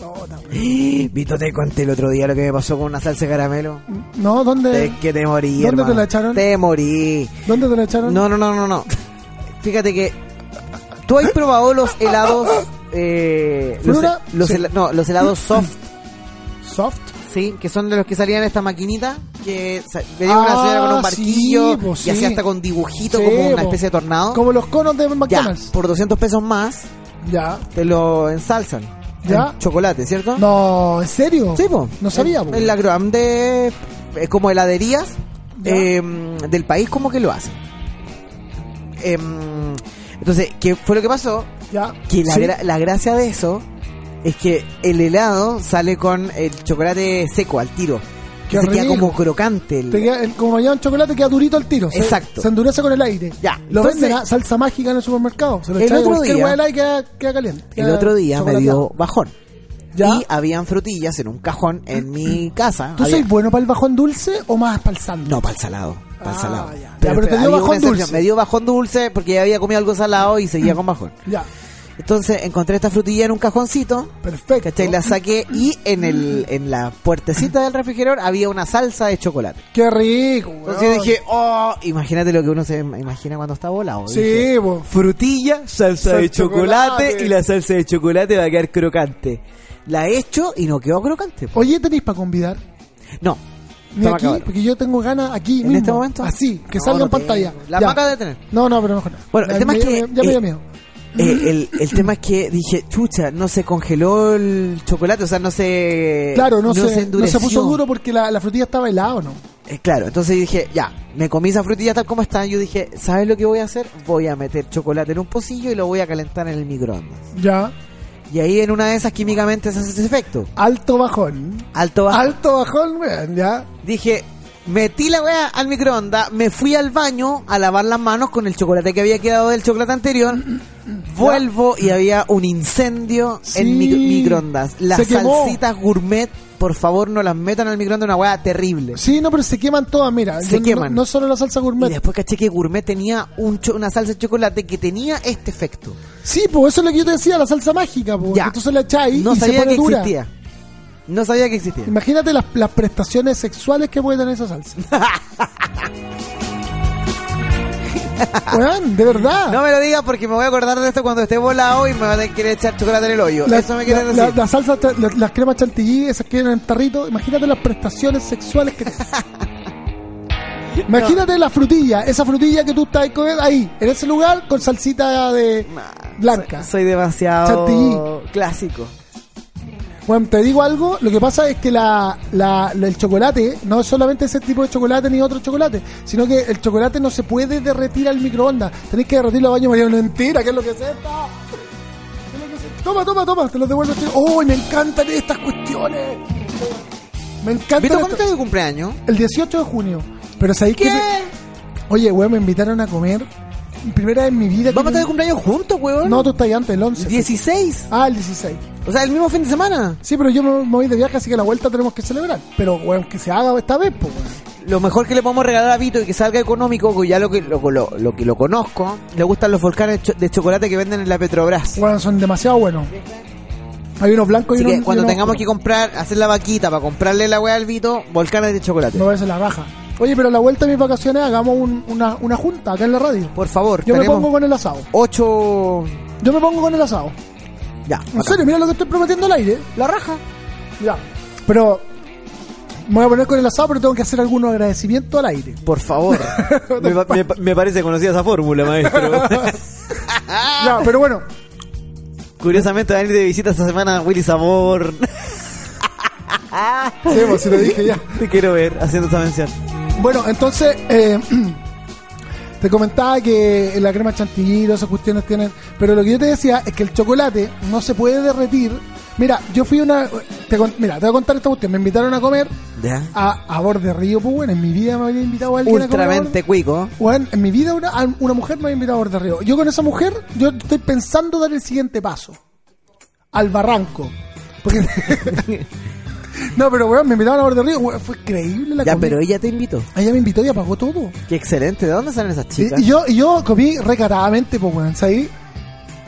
[SPEAKER 2] No, no.
[SPEAKER 3] Vito, te conté el otro día lo que me pasó con una salsa de caramelo.
[SPEAKER 2] No, ¿dónde,
[SPEAKER 3] Es que te morí,
[SPEAKER 2] Eh, ¿Dónde te
[SPEAKER 3] hermano.
[SPEAKER 2] la echaron?
[SPEAKER 3] Te morí.
[SPEAKER 2] ¿dónde te lo echaron?
[SPEAKER 3] No, no, no, no, no. Fíjate que tú has probado los helados, eh, los,
[SPEAKER 2] ¿Flora?
[SPEAKER 3] los
[SPEAKER 2] Sí.
[SPEAKER 3] hela- no, los helados soft,
[SPEAKER 2] Soft.
[SPEAKER 3] sí, que son de los que salían en esta maquinita que sa- venía una
[SPEAKER 2] Ah,
[SPEAKER 3] señora con un barquillo
[SPEAKER 2] sí, po, sí.
[SPEAKER 3] y hacía hasta con dibujito
[SPEAKER 2] Sí, pues.
[SPEAKER 3] como una
[SPEAKER 2] po.
[SPEAKER 3] especie de tornado.
[SPEAKER 2] Como los conos de
[SPEAKER 3] Ya,
[SPEAKER 2] McDonald's.
[SPEAKER 3] por 200 pesos más
[SPEAKER 2] Ya.
[SPEAKER 3] te lo ensalzan.
[SPEAKER 2] Ya.
[SPEAKER 3] En chocolate, ¿cierto?
[SPEAKER 2] No, ¿en serio?
[SPEAKER 3] Sí, po.
[SPEAKER 2] No sabía, po.
[SPEAKER 3] En, en la Groam de eh, como heladerías
[SPEAKER 2] Ya.
[SPEAKER 3] eh, del país como que lo hacen. Em, entonces, ¿qué fue lo que pasó?
[SPEAKER 2] Ya.
[SPEAKER 3] Que la,
[SPEAKER 2] Sí.
[SPEAKER 3] gra- la gracia de eso es que el helado sale con el chocolate seco al tiro.
[SPEAKER 2] Qué
[SPEAKER 3] se queda
[SPEAKER 2] rico.
[SPEAKER 3] como crocante. el-
[SPEAKER 2] Te queda- el- como llevan chocolate, queda durito al tiro. Se-
[SPEAKER 3] Exacto.
[SPEAKER 2] Se endurece con el aire.
[SPEAKER 3] Ya,
[SPEAKER 2] Lo
[SPEAKER 3] entonces-
[SPEAKER 2] venden a salsa mágica en el supermercado. Se lo
[SPEAKER 3] El
[SPEAKER 2] echáis a
[SPEAKER 3] otro
[SPEAKER 2] cualquier
[SPEAKER 3] día-
[SPEAKER 2] hueá de helado y queda, queda caliente.
[SPEAKER 3] el
[SPEAKER 2] Queda
[SPEAKER 3] otro día me
[SPEAKER 2] chocolateado.
[SPEAKER 3] dio bajón.
[SPEAKER 2] Ya.
[SPEAKER 3] Y habían frutillas en un cajón en mi casa.
[SPEAKER 2] ¿Tú
[SPEAKER 3] Había-
[SPEAKER 2] sois bueno para el bajón dulce o más para el sándwich?
[SPEAKER 3] No, para el salado. Para el
[SPEAKER 2] Ah,
[SPEAKER 3] salado.
[SPEAKER 2] ya. Ya, pero te dio
[SPEAKER 3] había una
[SPEAKER 2] bajón
[SPEAKER 3] excepción.
[SPEAKER 2] dulce. Mm.
[SPEAKER 3] Me dio bajón dulce porque ya había comido algo salado y seguía con bajón.
[SPEAKER 2] Ya.
[SPEAKER 3] Entonces encontré esta frutilla en un cajoncito.
[SPEAKER 2] Perfecto.
[SPEAKER 3] ¿Cachai? La saqué y en, el, en la puertecita del refrigerador había una salsa de chocolate.
[SPEAKER 2] Qué rico.
[SPEAKER 3] Entonces yo
[SPEAKER 2] weón.
[SPEAKER 3] dije, oh, imagínate lo que uno se imagina cuando está volado. Dije,
[SPEAKER 2] Sí, po.
[SPEAKER 3] frutilla, salsa
[SPEAKER 2] Salsa
[SPEAKER 3] de chocolate,
[SPEAKER 2] chocolate.
[SPEAKER 3] y la salsa de chocolate va a quedar crocante. La he hecho y no quedó crocante. po.
[SPEAKER 2] Oye, tenéis para convidar.
[SPEAKER 3] No.
[SPEAKER 2] Ni
[SPEAKER 3] Toma,
[SPEAKER 2] aquí,
[SPEAKER 3] cabrón.
[SPEAKER 2] porque yo tengo ganas aquí
[SPEAKER 3] ¿En
[SPEAKER 2] mismo.
[SPEAKER 3] este momento?
[SPEAKER 2] Así, que
[SPEAKER 3] No,
[SPEAKER 2] salga
[SPEAKER 3] no
[SPEAKER 2] en pantalla.
[SPEAKER 3] tengo. La
[SPEAKER 2] Ya.
[SPEAKER 3] maca de tener.
[SPEAKER 2] No, no, pero mejor no.
[SPEAKER 3] Bueno, el
[SPEAKER 2] Ya
[SPEAKER 3] tema
[SPEAKER 2] me-
[SPEAKER 3] es que-
[SPEAKER 2] Ya, me dio
[SPEAKER 3] eh,
[SPEAKER 2] miedo.
[SPEAKER 3] Eh, el, el tema es que dije, chucha, no se congeló el chocolate, o sea, no se.
[SPEAKER 2] Claro, no, se, no se
[SPEAKER 3] endureció.
[SPEAKER 2] puso duro porque la, la frutilla estaba helada, ¿o ¿no?
[SPEAKER 3] Eh, claro, entonces dije, ya, me comí esa frutilla tal como está. Yo dije, ¿sabes lo que voy a hacer? Voy a meter chocolate en un pocillo y lo voy a calentar en el microondas.
[SPEAKER 2] Ya.
[SPEAKER 3] Y ahí en una de esas químicamente se hace ese efecto.
[SPEAKER 2] Alto bajón.
[SPEAKER 3] Alto bajo.
[SPEAKER 2] Alto bajón, weón, ya.
[SPEAKER 3] Dije, metí la weá al microondas, me fui al baño a lavar las manos con el chocolate que había quedado del chocolate anterior. Vuelvo y había un incendio
[SPEAKER 2] Sí.
[SPEAKER 3] en mi microondas. Las
[SPEAKER 2] Se quemó.
[SPEAKER 3] salsitas gourmet, por favor, no las metan al microondas, una weá terrible.
[SPEAKER 2] Sí, no, pero se queman todas, mira.
[SPEAKER 3] Se
[SPEAKER 2] Yo no-
[SPEAKER 3] queman.
[SPEAKER 2] No, solo la salsa
[SPEAKER 3] Y
[SPEAKER 2] gourmet.
[SPEAKER 3] después caché que Gourmet tenía un cho- una salsa de chocolate que tenía este efecto.
[SPEAKER 2] Sí, pues eso es lo que yo te decía, la salsa mágica, pues.
[SPEAKER 3] Ya.
[SPEAKER 2] Entonces la echáis
[SPEAKER 3] No
[SPEAKER 2] y se
[SPEAKER 3] sabía
[SPEAKER 2] pone
[SPEAKER 3] que
[SPEAKER 2] dura.
[SPEAKER 3] existía. No sabía que existía.
[SPEAKER 2] Imagínate las, las prestaciones sexuales que puede tener esa salsa. Weón, de verdad.
[SPEAKER 3] No me lo digas porque me voy a acordar de esto cuando esté volado y me van a querer echar chocolate en el hoyo.
[SPEAKER 2] La-
[SPEAKER 3] Eso me quieren
[SPEAKER 2] la-
[SPEAKER 3] decir.
[SPEAKER 2] la- las salsas, la- las cremas chantilly, esas que vienen en tarrito. Imagínate las prestaciones sexuales que tiene. Imagínate la frutilla, esa frutilla que tú estás comiendo ahí, en ese lugar, con salsita de blanca.
[SPEAKER 3] Soy demasiado
[SPEAKER 2] Chantilly.
[SPEAKER 3] clásico.
[SPEAKER 2] Bueno, te digo algo, lo que pasa es que la, la- la- el chocolate, no es solamente ese tipo de chocolate ni otro chocolate, sino que el chocolate no se puede derretir al microondas. Tenéis que derretirlo a baño María, no mentira, ¿qué es lo que es esta? ¿Qué es lo que es esto? Toma, toma, toma, te los devuelvo. este- ¡Oh, me encantan estas cuestiones! Me encantan
[SPEAKER 3] Vito,
[SPEAKER 2] estas-
[SPEAKER 3] ¿cuándo es tu cumpleaños?
[SPEAKER 2] El 18 de junio. Pero sabéis que... me- Oye, weón, me invitaron a comer. Primera vez en mi vida... que
[SPEAKER 3] ¿Vamos a
[SPEAKER 2] me-
[SPEAKER 3] estar de cumpleaños juntos, weón?
[SPEAKER 2] No, tú estás ahí antes, el 11.
[SPEAKER 3] 16.
[SPEAKER 2] Ah, el 16.
[SPEAKER 3] O sea, el mismo fin de semana.
[SPEAKER 2] Sí, pero yo me me voy de viaje, así que la vuelta tenemos que celebrar. Pero, weón, que se haga esta vez, pues, weón.
[SPEAKER 3] Lo mejor que le podemos regalar a Vito y que salga económico, que ya lo que lo, lo- lo que lo conozco, le gustan los volcanes cho- de chocolate que venden en la Petrobras.
[SPEAKER 2] Weón, son demasiado buenos. Hay unos blancos y
[SPEAKER 3] Así
[SPEAKER 2] unos.
[SPEAKER 3] que cuando
[SPEAKER 2] y unos
[SPEAKER 3] tengamos que
[SPEAKER 2] oscuros.
[SPEAKER 3] comprar, hacer la vaquita para comprarle la weá al Vito, volcanes de chocolate.
[SPEAKER 2] Me parece la baja. Oye, pero la vuelta de mis vacaciones hagamos un- una, una junta acá en la radio.
[SPEAKER 3] Por favor,
[SPEAKER 2] Yo me
[SPEAKER 3] tenemos
[SPEAKER 2] pongo con el asado.
[SPEAKER 3] ocho...
[SPEAKER 2] Yo me pongo con el asado.
[SPEAKER 3] Ya,
[SPEAKER 2] En
[SPEAKER 3] bacán.
[SPEAKER 2] serio, mira lo que estoy prometiendo al aire.
[SPEAKER 3] La raja.
[SPEAKER 2] Ya. Pero. Me voy a poner con el asado, pero tengo que hacer algún agradecimiento al aire.
[SPEAKER 3] Por favor.
[SPEAKER 5] Me, pa- me pa- me parece conocida esa fórmula, maestro.
[SPEAKER 3] Ah.
[SPEAKER 2] Ya, pero bueno.
[SPEAKER 5] Curiosamente, van a ir de visita esta semana a Willy Sabor.
[SPEAKER 2] Sí, pues, si te dije ya.
[SPEAKER 5] Te quiero ver haciendo esta mención.
[SPEAKER 2] Bueno, entonces eh, te comentaba que la crema chantilly, todas esas cuestiones tienen. Pero lo que yo te decía es que el chocolate no se puede derretir. Mira, yo fui una. Te, con- mira, te voy a contar esta cuestión. Me invitaron a comer
[SPEAKER 3] Ya.
[SPEAKER 2] a, a Borde Río, pues bueno, en mi vida me había invitado alguien a Ah, comer. a Borde-
[SPEAKER 3] Ultramente cuico.
[SPEAKER 2] Bueno, en mi vida una, una mujer me había invitado a Borde Río. Yo con esa mujer, yo estoy pensando dar el siguiente paso. Al barranco. Porque- no, pero weón, me invitaron a Borde Río. weón, fue increíble la
[SPEAKER 3] Ya,
[SPEAKER 2] comida.
[SPEAKER 3] pero ella te invitó.
[SPEAKER 2] Ella Ah, me invitó y apagó todo.
[SPEAKER 3] Qué excelente. ¿De dónde salen esas chicas?
[SPEAKER 2] Y, y yo, y yo comí recaradamente, pues, weón. ¿sabes?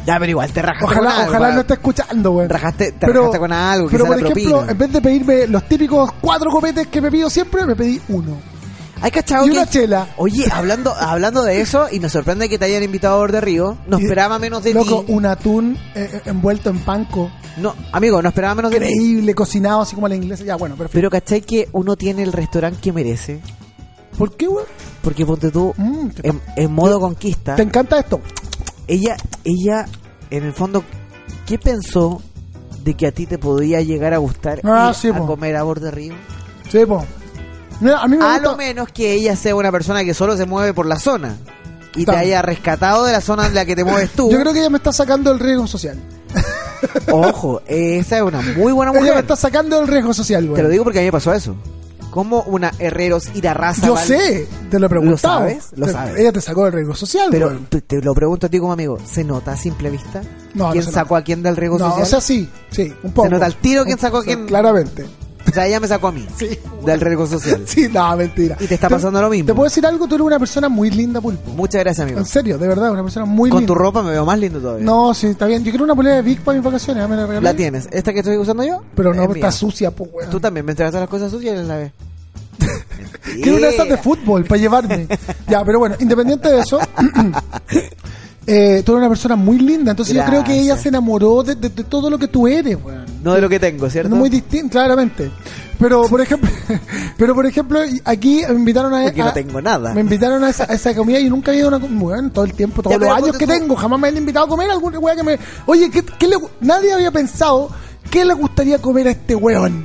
[SPEAKER 3] Ya, pero igual te rajaste con
[SPEAKER 2] Ojalá,
[SPEAKER 3] algo,
[SPEAKER 2] ojalá
[SPEAKER 3] pa-
[SPEAKER 2] no esté escuchando, weón.
[SPEAKER 3] Rajaste- te rajaste con algo,
[SPEAKER 2] Pero,
[SPEAKER 3] quizá
[SPEAKER 2] por
[SPEAKER 3] la
[SPEAKER 2] ejemplo,
[SPEAKER 3] propina.
[SPEAKER 2] en vez de pedirme los típicos cuatro copetes que me pido siempre, me pedí uno.
[SPEAKER 3] Hay cachado
[SPEAKER 2] Y
[SPEAKER 3] que-
[SPEAKER 2] una chela.
[SPEAKER 3] Oye, hablando, hablando de eso, y me sorprende que te hayan invitado a Borde Río. No
[SPEAKER 2] Y-
[SPEAKER 3] esperaba menos de
[SPEAKER 2] Loco,
[SPEAKER 3] ti.
[SPEAKER 2] un atún eh, eh, envuelto en panco.
[SPEAKER 3] No, amigo, no esperaba menos de ti.
[SPEAKER 2] Increíble, cocinado así como a la inglesa. Ya, bueno, perfecto.
[SPEAKER 3] Pero cachai que uno tiene el restaurante que merece.
[SPEAKER 2] ¿Por qué, weón?
[SPEAKER 3] Porque ponte tú
[SPEAKER 2] Mm, te,
[SPEAKER 3] en, en modo conquista.
[SPEAKER 2] te encanta esto?
[SPEAKER 3] Ella, ella, en el fondo, ¿qué pensó de que a ti te podía llegar a gustar
[SPEAKER 2] Ah,
[SPEAKER 3] ir
[SPEAKER 2] sí,
[SPEAKER 3] a
[SPEAKER 2] po.
[SPEAKER 3] comer a Borde Río?
[SPEAKER 2] Sí, po. Mira, a mí me
[SPEAKER 3] A
[SPEAKER 2] gusta-
[SPEAKER 3] Ah, lo menos que ella sea una persona que solo se mueve por la zona y te
[SPEAKER 2] Tam-
[SPEAKER 3] haya rescatado de la zona en la que te mueves tú.
[SPEAKER 2] Yo creo que ella me está sacando el riesgo social.
[SPEAKER 3] Ojo, esa es una muy buena
[SPEAKER 2] Ella me
[SPEAKER 3] mujer.
[SPEAKER 2] está sacando el riesgo social, weón.
[SPEAKER 3] Te lo digo porque a mí me pasó eso. Como una Herreros y la raza.
[SPEAKER 2] Yo
[SPEAKER 3] Val-
[SPEAKER 2] sé, te lo he preguntado.
[SPEAKER 3] sabes? Lo
[SPEAKER 2] Te-
[SPEAKER 3] sabes.
[SPEAKER 2] Ella te sacó el riesgo social,
[SPEAKER 3] Pero
[SPEAKER 2] weón.
[SPEAKER 3] te, te lo pregunto a ti como amigo, ¿se nota a simple vista?
[SPEAKER 2] No, no
[SPEAKER 3] ¿Quién
[SPEAKER 2] se nota.
[SPEAKER 3] sacó a quién del riesgo
[SPEAKER 2] No,
[SPEAKER 3] social?
[SPEAKER 2] o sea, sí, sí, un poco.
[SPEAKER 3] Se nota al tiro quién sacó a quién.
[SPEAKER 2] Claramente.
[SPEAKER 3] O sea, ella me sacó a mí.
[SPEAKER 2] Sí.
[SPEAKER 3] Del riesgo social.
[SPEAKER 2] Sí, no, mentira.
[SPEAKER 3] Y te está pasando lo mismo.
[SPEAKER 2] Te puedo decir algo, tú eres una persona muy linda, Pulpo.
[SPEAKER 3] Muchas gracias, amigo.
[SPEAKER 2] En serio, de verdad, una persona muy
[SPEAKER 3] Con
[SPEAKER 2] linda.
[SPEAKER 3] tu ropa me veo más lindo todavía.
[SPEAKER 2] No, sí, está bien. Yo quiero una polera de Vic para mis vacaciones, ya me la regalé.
[SPEAKER 3] La tienes. Esta que estoy usando yo.
[SPEAKER 2] Pero no,
[SPEAKER 3] es
[SPEAKER 2] está
[SPEAKER 3] mía.
[SPEAKER 2] sucia, pues, weón.
[SPEAKER 3] Tú también me entregaste las cosas sucias en la vez.
[SPEAKER 2] Quiero una de esas de fútbol para llevarme. ya, pero bueno, independiente de eso, eh, tú eres una persona muy linda. Entonces yo creo que ella
[SPEAKER 3] Gracias.
[SPEAKER 2] se enamoró de, de- de todo lo que tú eres, weón.
[SPEAKER 5] No de lo que tengo, ¿cierto?
[SPEAKER 2] No muy distinto, claramente. Pero por ejemplo, pero por ejemplo, aquí me invitaron a,
[SPEAKER 3] Porque
[SPEAKER 2] a-
[SPEAKER 3] no tengo nada.
[SPEAKER 2] me invitaron a esa, a esa comida y nunca había ido a una comida bueno, todo el tiempo, todos
[SPEAKER 3] Ya,
[SPEAKER 2] los
[SPEAKER 3] pero
[SPEAKER 2] años
[SPEAKER 3] ponte
[SPEAKER 2] que
[SPEAKER 3] tú-
[SPEAKER 2] tengo, jamás me han invitado a comer alguna weá que me Oye, ¿qué, qué le gu- nadie había pensado qué le gustaría comer a este weón?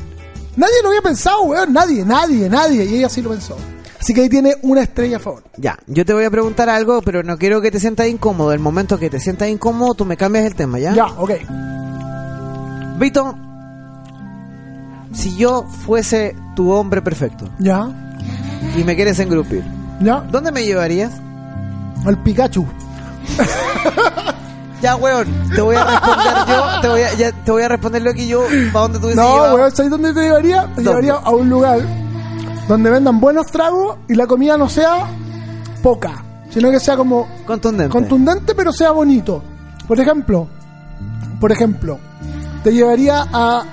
[SPEAKER 2] Nadie lo había pensado, weón. Nadie, nadie, nadie. Y ella sí lo pensó. Así que ahí tiene una estrella a favor.
[SPEAKER 3] Ya, yo te voy a preguntar algo, pero no quiero que te sientas incómodo. El momento que te sientas incómodo, tú me cambias el tema, ¿ya?
[SPEAKER 2] Ya, ok.
[SPEAKER 3] Vito, si yo fuese tu hombre perfecto
[SPEAKER 2] Ya,
[SPEAKER 3] y me quieres engrupir,
[SPEAKER 2] ya.
[SPEAKER 3] ¿dónde me llevarías?
[SPEAKER 2] Al Pikachu.
[SPEAKER 3] Ya, weón, te voy a responder yo, te voy a, ya, te voy a responder lo que yo, para dónde tú dices.
[SPEAKER 2] No, weón, ¿sabes dónde te llevaría? Te llevaría a un lugar donde vendan buenos tragos y la comida no sea poca, sino que sea como
[SPEAKER 3] Contundente.
[SPEAKER 2] contundente pero sea bonito. Por ejemplo, por ejemplo, te llevaría a,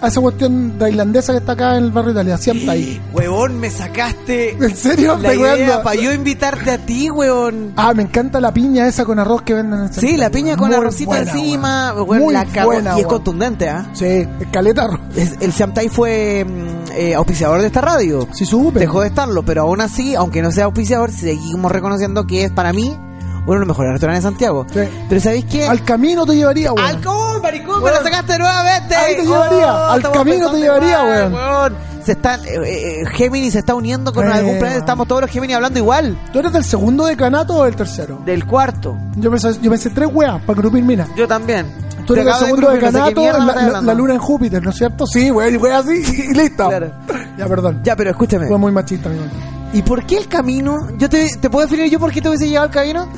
[SPEAKER 2] a esa cuestión tailandesa que está acá en el barrio de Italia, siempre ahí.
[SPEAKER 3] Weón, me sacaste
[SPEAKER 2] ¿En serio?
[SPEAKER 3] la
[SPEAKER 2] Estoy
[SPEAKER 3] idea
[SPEAKER 2] weando.
[SPEAKER 3] para yo invitarte a ti, weón.
[SPEAKER 2] Ah, me encanta la piña esa con arroz que venden en
[SPEAKER 3] Sí, la piña con
[SPEAKER 2] Ah, Muy
[SPEAKER 3] arrocito
[SPEAKER 2] buena,
[SPEAKER 3] encima,
[SPEAKER 2] weón.
[SPEAKER 3] weón,
[SPEAKER 2] Muy
[SPEAKER 3] la cagó.
[SPEAKER 2] buena,
[SPEAKER 3] y es
[SPEAKER 2] weón.
[SPEAKER 3] contundente, ¿ah?
[SPEAKER 2] Sí, escaleta arroz.
[SPEAKER 3] Es- El Shamtai fue mm, eh, auspiciador de esta radio.
[SPEAKER 2] Sí, supe.
[SPEAKER 3] Dejó de estarlo, pero aún así, aunque no sea auspiciador, seguimos reconociendo que es para mí uno de los mejores restaurantes de Santiago.
[SPEAKER 2] Sí.
[SPEAKER 3] Pero ¿sabéis qué?
[SPEAKER 2] Al camino te llevaría, weón.
[SPEAKER 3] ¡Alcohol, maricón! ¡Me
[SPEAKER 2] Weón.
[SPEAKER 3] la sacaste nuevamente! Oh,
[SPEAKER 2] Ahí te llevaría, al
[SPEAKER 3] estamos
[SPEAKER 2] camino te
[SPEAKER 3] pensando
[SPEAKER 2] llevaría,
[SPEAKER 3] igual,
[SPEAKER 2] weón.
[SPEAKER 3] Se está, eh, eh, Gemini se está uniendo con
[SPEAKER 2] Eh.
[SPEAKER 3] algún plan. Estamos todos los Gemini hablando igual.
[SPEAKER 2] ¿Tú eres del segundo decanato o del tercero?
[SPEAKER 3] Del cuarto.
[SPEAKER 2] Yo pensé, yo pensé tres weas para grupir mina.
[SPEAKER 3] Yo también.
[SPEAKER 2] Tú
[SPEAKER 3] Te
[SPEAKER 2] eres del
[SPEAKER 3] acabo de
[SPEAKER 2] segundo
[SPEAKER 3] engrupir, no sé
[SPEAKER 2] decanato,
[SPEAKER 3] qué mierda me
[SPEAKER 2] la,
[SPEAKER 3] estás
[SPEAKER 2] la- la
[SPEAKER 3] hablando.
[SPEAKER 2] luna en Júpiter, ¿no es cierto? Sí, wea, y wea así y listo.
[SPEAKER 3] Claro.
[SPEAKER 2] Ya, perdón.
[SPEAKER 3] Ya, pero escúchame.
[SPEAKER 2] Fue muy machista, mi hermano.
[SPEAKER 3] ¿Y por qué el camino? Yo te, ¿Te puedo definir yo por qué te hubiese llevado al camino?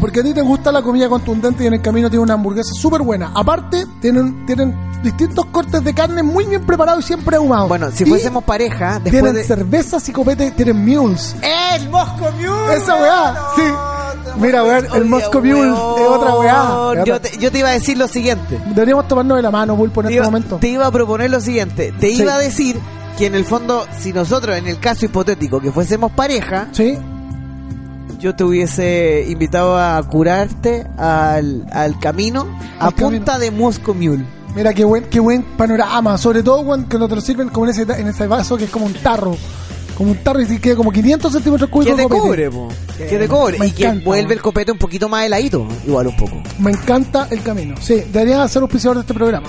[SPEAKER 2] Porque a ti te gusta la comida contundente y en el camino tiene una hamburguesa súper buena. Aparte, tienen, tienen distintos cortes de carne muy bien preparados y siempre ahumados.
[SPEAKER 3] Bueno, si
[SPEAKER 2] Y
[SPEAKER 3] fuésemos pareja, después
[SPEAKER 2] Tienen
[SPEAKER 3] de...
[SPEAKER 2] cervezas y copetes, tienen mules.
[SPEAKER 3] ¡El Mosco Mule!
[SPEAKER 2] Esa weá, Ah, sí. Mira, weón, el Mosco Mule es otra weá.
[SPEAKER 3] Yo te, yo te iba a decir lo siguiente.
[SPEAKER 2] Deberíamos tomarnos de la mano, Pulpo, en
[SPEAKER 3] Te
[SPEAKER 2] este
[SPEAKER 3] iba,
[SPEAKER 2] momento.
[SPEAKER 3] te iba a proponer lo siguiente. Te
[SPEAKER 2] Sí.
[SPEAKER 3] iba a decir que en el fondo, si nosotros, en el caso hipotético, que fuésemos pareja,
[SPEAKER 2] Sí.
[SPEAKER 3] yo te hubiese invitado a curarte al, al camino a
[SPEAKER 2] Al camino.
[SPEAKER 3] punta de Mosco Mule.
[SPEAKER 2] Mira qué buen, qué buen panorama, sobre todo cuando te lo sirven como en ese, en ese vaso que es como un tarro. Como un tarro y te queda como 500 centímetros
[SPEAKER 3] Que
[SPEAKER 2] cúbicos.
[SPEAKER 3] te
[SPEAKER 2] de copete.
[SPEAKER 3] cobre, po. Que te cobre.
[SPEAKER 2] Me
[SPEAKER 3] Y que
[SPEAKER 2] encanta,
[SPEAKER 3] vuelve
[SPEAKER 2] weón.
[SPEAKER 3] el copete un poquito más heladito. Igual un poco.
[SPEAKER 2] Me encanta el camino. Sí, deberías ser auspiciador de este programa.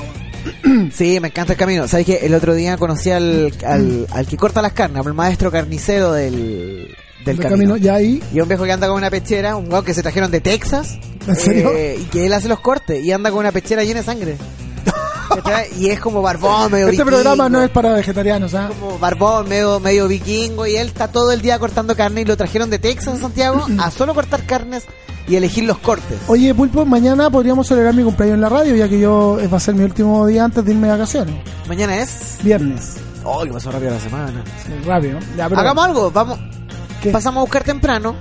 [SPEAKER 2] weón. Mm.
[SPEAKER 3] Sí, me encanta el camino. ¿Sabes que El otro día conocí al, al, al que corta las carnes, al maestro carnicero del, del
[SPEAKER 2] El
[SPEAKER 3] camino.
[SPEAKER 2] camino. Ya ahí.
[SPEAKER 3] Y un viejo que anda con una pechera, un guau que se trajeron de Texas.
[SPEAKER 2] ¿En serio?
[SPEAKER 3] eh, y que él hace los cortes y anda con una pechera llena de sangre. ¿Cachai? y es como barbón, medio
[SPEAKER 2] Este
[SPEAKER 3] vikingo.
[SPEAKER 2] programa no es para vegetarianos, ¿ah?
[SPEAKER 3] Como barbón, medio, medio vikingo. Y él está todo el día cortando carne y lo trajeron de Texas a Santiago
[SPEAKER 2] Mm.
[SPEAKER 3] a solo cortar carnes y elegir los cortes.
[SPEAKER 2] Oye, Pulpo, mañana podríamos celebrar mi cumpleaños en la radio, ya que yo eh, va a ser mi último día antes de irme de vacaciones.
[SPEAKER 3] Mañana es.
[SPEAKER 2] Viernes.
[SPEAKER 3] Oh, que pasó rápido la semana.
[SPEAKER 2] Sí, Rápido. Ya, pero-
[SPEAKER 3] Hagamos algo, vamos.
[SPEAKER 2] ¿Qué?
[SPEAKER 3] Pasamos a buscar temprano.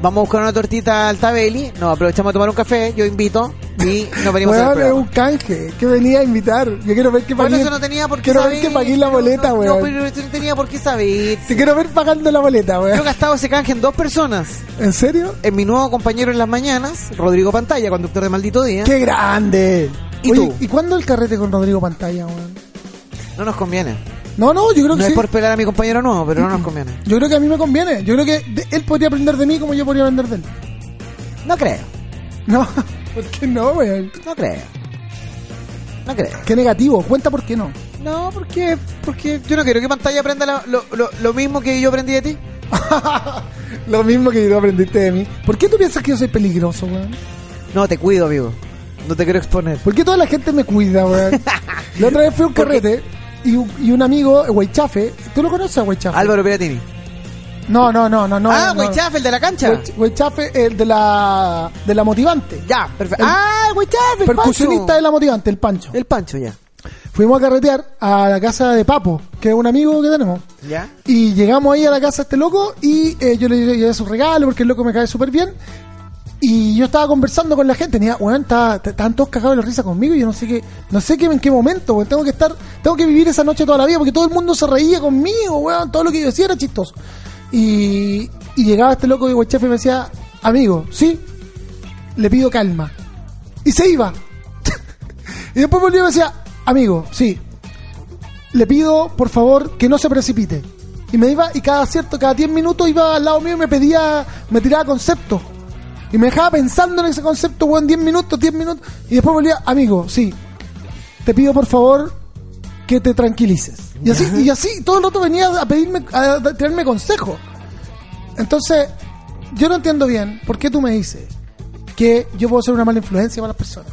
[SPEAKER 3] Vamos a buscar una tortita al Tabeli. Nos aprovechamos a tomar un café. Yo invito. Y nos venimos a
[SPEAKER 2] Weón,
[SPEAKER 3] hacer
[SPEAKER 2] es un canje. Que venía a invitar. Yo quiero ver que
[SPEAKER 3] Bueno,
[SPEAKER 2] pagué-
[SPEAKER 3] eso no tenía por qué
[SPEAKER 2] Quiero
[SPEAKER 3] saber.
[SPEAKER 2] ver que pagué la
[SPEAKER 3] no,
[SPEAKER 2] boleta,
[SPEAKER 3] no,
[SPEAKER 2] weón.
[SPEAKER 3] No, pero eso no tenía por qué saber.
[SPEAKER 2] Te quiero ver pagando la boleta,
[SPEAKER 3] Yo he
[SPEAKER 2] weón.
[SPEAKER 3] gastado ese canje en dos personas.
[SPEAKER 2] ¿En serio?
[SPEAKER 3] En mi nuevo compañero en las mañanas, Rodrigo Pantalla, conductor de Maldito Día.
[SPEAKER 2] ¡Qué grande!
[SPEAKER 3] ¿Y
[SPEAKER 2] Oye,
[SPEAKER 3] tú?
[SPEAKER 2] ¿Y cuándo el carrete con Rodrigo Pantalla, weón?
[SPEAKER 3] No nos conviene.
[SPEAKER 2] No, no, yo creo
[SPEAKER 3] No
[SPEAKER 2] que
[SPEAKER 3] es
[SPEAKER 2] sí.
[SPEAKER 3] por pelar a mi compañero nuevo, pero no nos conviene.
[SPEAKER 2] Yo creo que a mí me conviene. Yo creo que de- él podría aprender de mí como yo podría aprender de él.
[SPEAKER 3] No creo,
[SPEAKER 2] No, ¿por qué no, weón?
[SPEAKER 3] no creo. No creo.
[SPEAKER 2] Qué negativo. Cuenta por qué no.
[SPEAKER 3] No, porque, porque yo no quiero que Pantalla aprenda la- lo, lo- lo mismo que yo aprendí de ti.
[SPEAKER 2] Lo mismo que tú aprendiste de mí. ¿Por qué tú piensas que yo soy peligroso, weón?
[SPEAKER 3] No, te cuido, amigo. No te quiero exponer.
[SPEAKER 2] ¿Por qué toda la gente me cuida, weón? La otra vez fui a un carrete y, un- y un amigo, Weichafe. ¿Tú lo conoces a Weichafe?
[SPEAKER 3] Álvaro Piratini.
[SPEAKER 2] No, no, no, no, no. no,
[SPEAKER 3] ah,
[SPEAKER 2] no.
[SPEAKER 3] Weichaf, el de la cancha.
[SPEAKER 2] Weichafe. el de la, de la motivante.
[SPEAKER 3] Ya, perfecto.
[SPEAKER 2] El-
[SPEAKER 3] Ah, Weichaf, el
[SPEAKER 2] Percusionista
[SPEAKER 3] Pancho.
[SPEAKER 2] de la motivante, el Pancho.
[SPEAKER 3] El Pancho, ya.
[SPEAKER 2] Fuimos a carretear a la casa de Papo, que es un amigo que tenemos.
[SPEAKER 3] ¿Ya?
[SPEAKER 2] Y llegamos ahí a la casa de este loco y eh, yo le lle- llevé su regalo porque el loco me cae súper bien. Y yo estaba conversando con la gente, tenía, weón, estaba- t- estaban todos cagados de la risa conmigo y yo no sé qué, no sé qué en qué momento, weón, tengo que estar, tengo que vivir esa noche toda la vida porque todo el mundo se reía conmigo, weón, todo lo que yo decía era chistoso. Y, y llegaba este loco de Guachefe y me decía, amigo, sí, le pido calma. Y se iba. y después volvió y me decía, amigo, sí, le pido por favor que no se precipite. Y me iba, y cada cierto, cada 10 minutos iba al lado mío y me pedía, me tiraba conceptos. Y me dejaba pensando en ese concepto, weón, 10 minutos, 10 minutos. Y después volvía, amigo, sí, te pido por favor que te tranquilices. Y así, y así todo el rato venía a pedirme, a da- tirarme consejo. Entonces, yo no entiendo bien por qué tú me dices que yo puedo ser una mala influencia para las personas.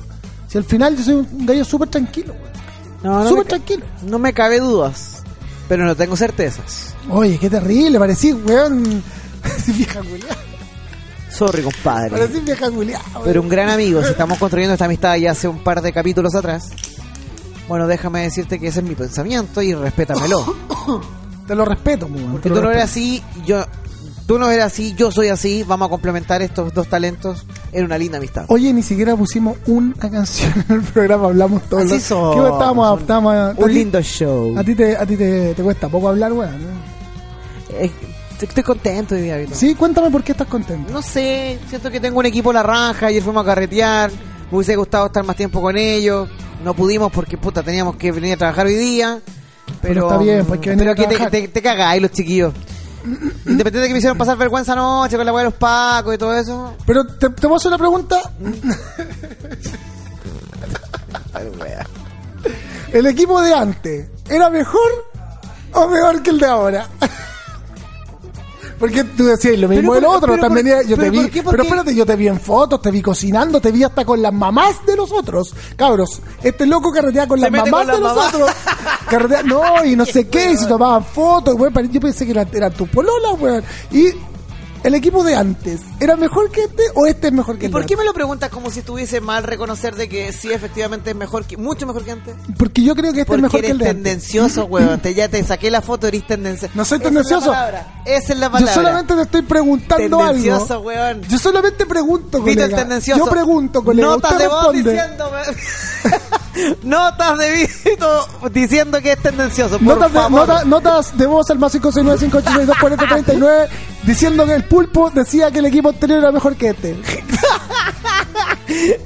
[SPEAKER 2] Si al final yo soy un gallo súper tranquilo, güey.
[SPEAKER 3] No, no, me,
[SPEAKER 2] súper
[SPEAKER 3] ca-
[SPEAKER 2] tranquilo.
[SPEAKER 3] no me cabe dudas, pero no tengo certezas.
[SPEAKER 2] Oye, qué terrible, parecí, weón. Parecí vieja culiada.
[SPEAKER 3] Sorry, compadre.
[SPEAKER 2] Parecí vieja culiada, weón.
[SPEAKER 3] Pero un gran amigo, si estamos construyendo esta amistad ya hace un par de capítulos atrás, bueno, déjame decirte que ese es mi pensamiento y respétamelo.
[SPEAKER 2] Te lo respeto, weón. te
[SPEAKER 3] Porque
[SPEAKER 2] lo
[SPEAKER 3] tú no eres
[SPEAKER 2] respeto.
[SPEAKER 3] así, yo, tú no eres así, yo soy así, vamos a complementar estos dos talentos en una linda amistad.
[SPEAKER 2] Oye, ni siquiera pusimos una canción en el programa, hablamos todos.
[SPEAKER 3] Así
[SPEAKER 2] los-
[SPEAKER 3] somos.
[SPEAKER 2] ¿Qué weón, estábamos?
[SPEAKER 3] Un-
[SPEAKER 2] estábamos a
[SPEAKER 3] Un
[SPEAKER 2] ti-
[SPEAKER 3] lindo show.
[SPEAKER 2] A ti te, a ti te, te cuesta poco hablar, weón. ¿no?
[SPEAKER 3] Eh, Estoy contento hoy día, Vito.
[SPEAKER 2] Sí, cuéntame por qué estás contento.
[SPEAKER 3] No sé, siento que tengo un equipo la raja, ayer fuimos a carretear, me hubiese gustado estar más tiempo con ellos, no pudimos porque puta teníamos que venir a trabajar hoy día, pero,
[SPEAKER 2] Pero está bien, pues hay que venir
[SPEAKER 3] pero
[SPEAKER 2] a
[SPEAKER 3] que te,
[SPEAKER 2] trabajar.
[SPEAKER 3] te, te cagáis los chiquillos. Independiente de que me hicieron pasar vergüenza anoche con la weá de los pacos y todo eso.
[SPEAKER 2] Pero te, te voy a hacer una pregunta. el equipo de antes, ¿era mejor o peor que el de ahora? Porque tú decías lo mismo
[SPEAKER 3] Pero
[SPEAKER 2] del
[SPEAKER 3] por-
[SPEAKER 2] otro,
[SPEAKER 3] pero
[SPEAKER 2] también
[SPEAKER 3] por-
[SPEAKER 2] yo te
[SPEAKER 3] pero
[SPEAKER 2] vi,
[SPEAKER 3] por qué, por
[SPEAKER 2] pero
[SPEAKER 3] qué?
[SPEAKER 2] espérate, yo te vi en fotos, te vi cocinando, te vi hasta con las mamás de los otros. Cabros, este loco carreteaba con las
[SPEAKER 3] mete
[SPEAKER 2] mamás
[SPEAKER 3] con las
[SPEAKER 2] de los
[SPEAKER 3] mamás.
[SPEAKER 2] otros. Carretea- no, y no sé qué, y se tomaban fotos, güey, pare- yo pensé que era, era tu polola, güey. Y el equipo de antes, ¿era mejor que este o este es mejor que
[SPEAKER 3] ¿Y
[SPEAKER 2] el
[SPEAKER 3] por
[SPEAKER 2] de
[SPEAKER 3] qué me lo preguntas como si estuviese mal reconocer de que sí, efectivamente es mejor, que, mucho mejor que antes?
[SPEAKER 2] antes? Porque yo creo que este es
[SPEAKER 3] Porque
[SPEAKER 2] mejor que
[SPEAKER 3] eres
[SPEAKER 2] el de antes.
[SPEAKER 3] tendencioso, weón. Te, ya te saqué la foto, eres tendencioso.
[SPEAKER 2] No soy tendencioso.
[SPEAKER 3] Esa es la palabra. Esa es la
[SPEAKER 2] Yo
[SPEAKER 3] palabra.
[SPEAKER 2] solamente te estoy preguntando
[SPEAKER 3] Tendencioso,
[SPEAKER 2] algo.
[SPEAKER 3] weón.
[SPEAKER 2] Yo solamente pregunto,
[SPEAKER 3] Vito el
[SPEAKER 2] colega.
[SPEAKER 3] tendencioso.
[SPEAKER 2] Yo pregunto, colega.
[SPEAKER 3] Notas
[SPEAKER 2] usted
[SPEAKER 3] de voz
[SPEAKER 2] responde.
[SPEAKER 3] diciendo. Notas de Vito diciendo que es tendencioso. Por
[SPEAKER 2] Notas de,
[SPEAKER 3] favor.
[SPEAKER 2] nota- notas de voz al más 569-582-4039 diciendo que el pulpo decía que el equipo anterior era mejor que este.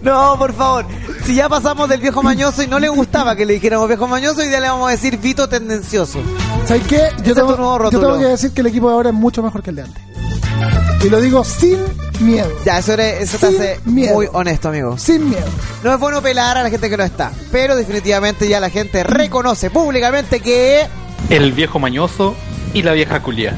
[SPEAKER 3] No, por favor. Si ya pasamos del viejo mañoso y no le gustaba que le dijéramos viejo mañoso, hoy día le vamos a decir Vito tendencioso.
[SPEAKER 2] ¿Sabes qué? Yo
[SPEAKER 3] es tu
[SPEAKER 2] tengo,
[SPEAKER 3] nuevo
[SPEAKER 2] yo
[SPEAKER 3] rótulo.
[SPEAKER 2] tengo que decir que el equipo de ahora es mucho mejor que el de antes. Y lo digo sin miedo.
[SPEAKER 3] Ya, eso, eres- eso te
[SPEAKER 2] Sin
[SPEAKER 3] hace
[SPEAKER 2] miedo.
[SPEAKER 3] muy honesto, amigo.
[SPEAKER 2] Sin miedo.
[SPEAKER 3] No es bueno pelar a la gente que no está, pero definitivamente ya la gente reconoce públicamente que
[SPEAKER 6] el viejo mañoso y la vieja culia.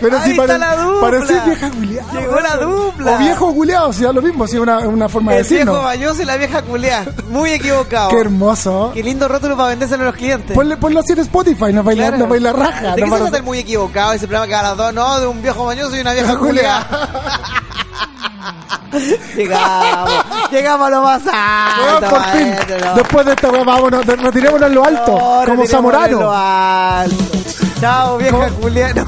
[SPEAKER 2] Pero
[SPEAKER 3] Ahí
[SPEAKER 2] sí,
[SPEAKER 3] está
[SPEAKER 2] pare-
[SPEAKER 3] la dupla.
[SPEAKER 2] parecía vieja culiada.
[SPEAKER 3] Llegó la dupla.
[SPEAKER 2] O viejo culiado, si da lo mismo, si es una, una forma de
[SPEAKER 3] el
[SPEAKER 2] decirlo.
[SPEAKER 3] viejo bañoso y la vieja culea. Muy equivocado.
[SPEAKER 2] Qué hermoso.
[SPEAKER 3] Qué lindo rótulo para vendérselo a los clientes.
[SPEAKER 2] Ponle, ponlo así en Spotify, nos baila,
[SPEAKER 3] Claro.
[SPEAKER 2] nos baila raja.
[SPEAKER 3] ¿De
[SPEAKER 2] nos
[SPEAKER 3] qué se
[SPEAKER 2] parece-
[SPEAKER 3] trata el muy equivocado? Ese programa que a las dos, no, de un viejo bañoso y una vieja
[SPEAKER 2] Julia.
[SPEAKER 3] culea. llegamos, llegamos a lo más
[SPEAKER 2] Weón,
[SPEAKER 3] alto.
[SPEAKER 2] Ah, por fin,
[SPEAKER 3] maestro, no.
[SPEAKER 2] después de esta weá, vámonos, de- retirémonos en lo
[SPEAKER 3] No,
[SPEAKER 2] alto, como
[SPEAKER 3] retirémonos de lo
[SPEAKER 2] Zamorano.
[SPEAKER 3] alto. Chao, vieja Julia. No.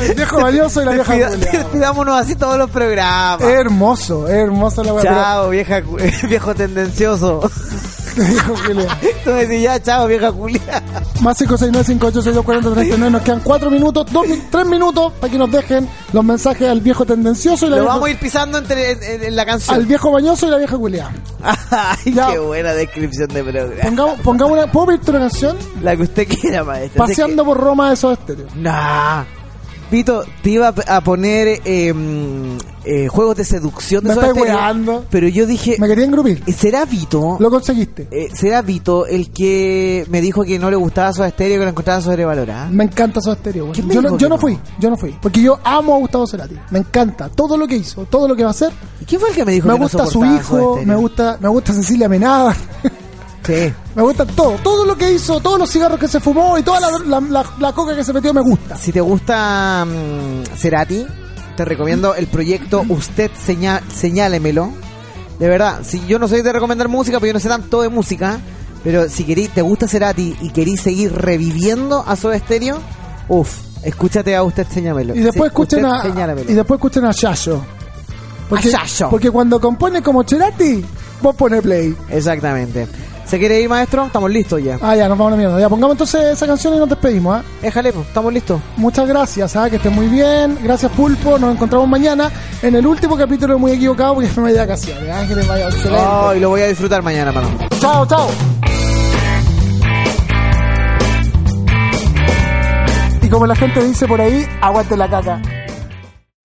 [SPEAKER 2] El viejo valioso y la vieja
[SPEAKER 3] Despida-
[SPEAKER 2] culiada.
[SPEAKER 3] Despidámonos así todos los programas.
[SPEAKER 2] Hermoso, hermoso la weá.
[SPEAKER 3] Chao, vieja, cu- viejo tendencioso.
[SPEAKER 2] pero- viejo culiao.
[SPEAKER 3] Tú me decís ya, chao, vieja Julia.
[SPEAKER 2] Más 569-5862-4039. Nos quedan 4 minutos, 3 minutos para que nos dejen los mensajes al viejo tendencioso y la
[SPEAKER 3] Lo
[SPEAKER 2] vieja-
[SPEAKER 3] vamos a ir pisando entre, en, en- en la
[SPEAKER 2] al
[SPEAKER 3] canción.
[SPEAKER 2] viejo bañoso y la vieja culiada.
[SPEAKER 3] Ay,
[SPEAKER 2] Ya.
[SPEAKER 3] qué buena descripción de programa.
[SPEAKER 2] Pongamos, pongamos una. ¿Puedo pedirte una canción?
[SPEAKER 3] La que usted quiera, maestro.
[SPEAKER 2] Paseando por Roma de esos estéreos.
[SPEAKER 3] Así que- nah. Vito, te iba a poner eh, eh, juegos de seducción de
[SPEAKER 2] Me
[SPEAKER 3] Soda
[SPEAKER 2] estáis
[SPEAKER 3] Stereo,
[SPEAKER 2] weando.
[SPEAKER 3] Pero yo dije, eh,
[SPEAKER 2] Me quería engrupir.
[SPEAKER 3] ¿será Vito?
[SPEAKER 2] Lo conseguiste.
[SPEAKER 3] eh, ¿Será Vito el que me dijo que no le gustaba Soda Stereo, que la encontraba sobrevalorada?
[SPEAKER 2] Me encanta Soda Stereo. güey.
[SPEAKER 3] ¿Quién me
[SPEAKER 2] Yo,
[SPEAKER 3] dijo
[SPEAKER 2] no,
[SPEAKER 3] que
[SPEAKER 2] yo no
[SPEAKER 3] no?
[SPEAKER 2] fui, yo no fui. Porque yo amo a Gustavo Cerati. Me encanta todo lo que hizo, todo lo que va a hacer.
[SPEAKER 3] ¿Quién fue el que me dijo
[SPEAKER 2] Me
[SPEAKER 3] que no
[SPEAKER 2] gusta su
[SPEAKER 3] soportaba Soda
[SPEAKER 2] hijo,
[SPEAKER 3] Stereo?
[SPEAKER 2] me gusta, me gusta Cecilia Menada.
[SPEAKER 3] Sí.
[SPEAKER 2] me gusta todo. Todo lo que hizo, todos los cigarros que se fumó y toda la, la- la- la coca que se metió me gusta.
[SPEAKER 3] Si te gusta mm, Cerati, te recomiendo el proyecto Usted Señá- Señálemelo. De verdad, si yo no soy de recomendar música, pero yo no sé tanto de música, pero si querís, te gusta Cerati y querís seguir reviviendo a Soda Stereo, uff, escúchate a Usted Señálemelo.
[SPEAKER 2] Y después
[SPEAKER 3] Sí,
[SPEAKER 2] escuchen
[SPEAKER 3] Usted
[SPEAKER 2] a
[SPEAKER 3] Señálemelo.
[SPEAKER 2] y después escuchen a Yayo. Porque,
[SPEAKER 3] A Yayo.
[SPEAKER 2] porque cuando compone como Cerati, vos pones play.
[SPEAKER 3] Exactamente. ¿Se quiere ir, maestro? Estamos listos ya.
[SPEAKER 2] Ah, ya, nos vamos a la mierda. Ya, pongamos entonces esa canción y nos despedimos, ¿ah?
[SPEAKER 3] Éjale, pues, estamos listos.
[SPEAKER 2] Muchas gracias, ah, que estén muy bien. Gracias, Pulpo. Nos encontramos mañana en el último capítulo de Muy Equivocado porque me voy de vacaciones. ah, que les vaya excelente.
[SPEAKER 3] Ay, lo voy a disfrutar mañana, mano.
[SPEAKER 2] Chao, chao. Y como la gente dice por ahí, aguante la caca.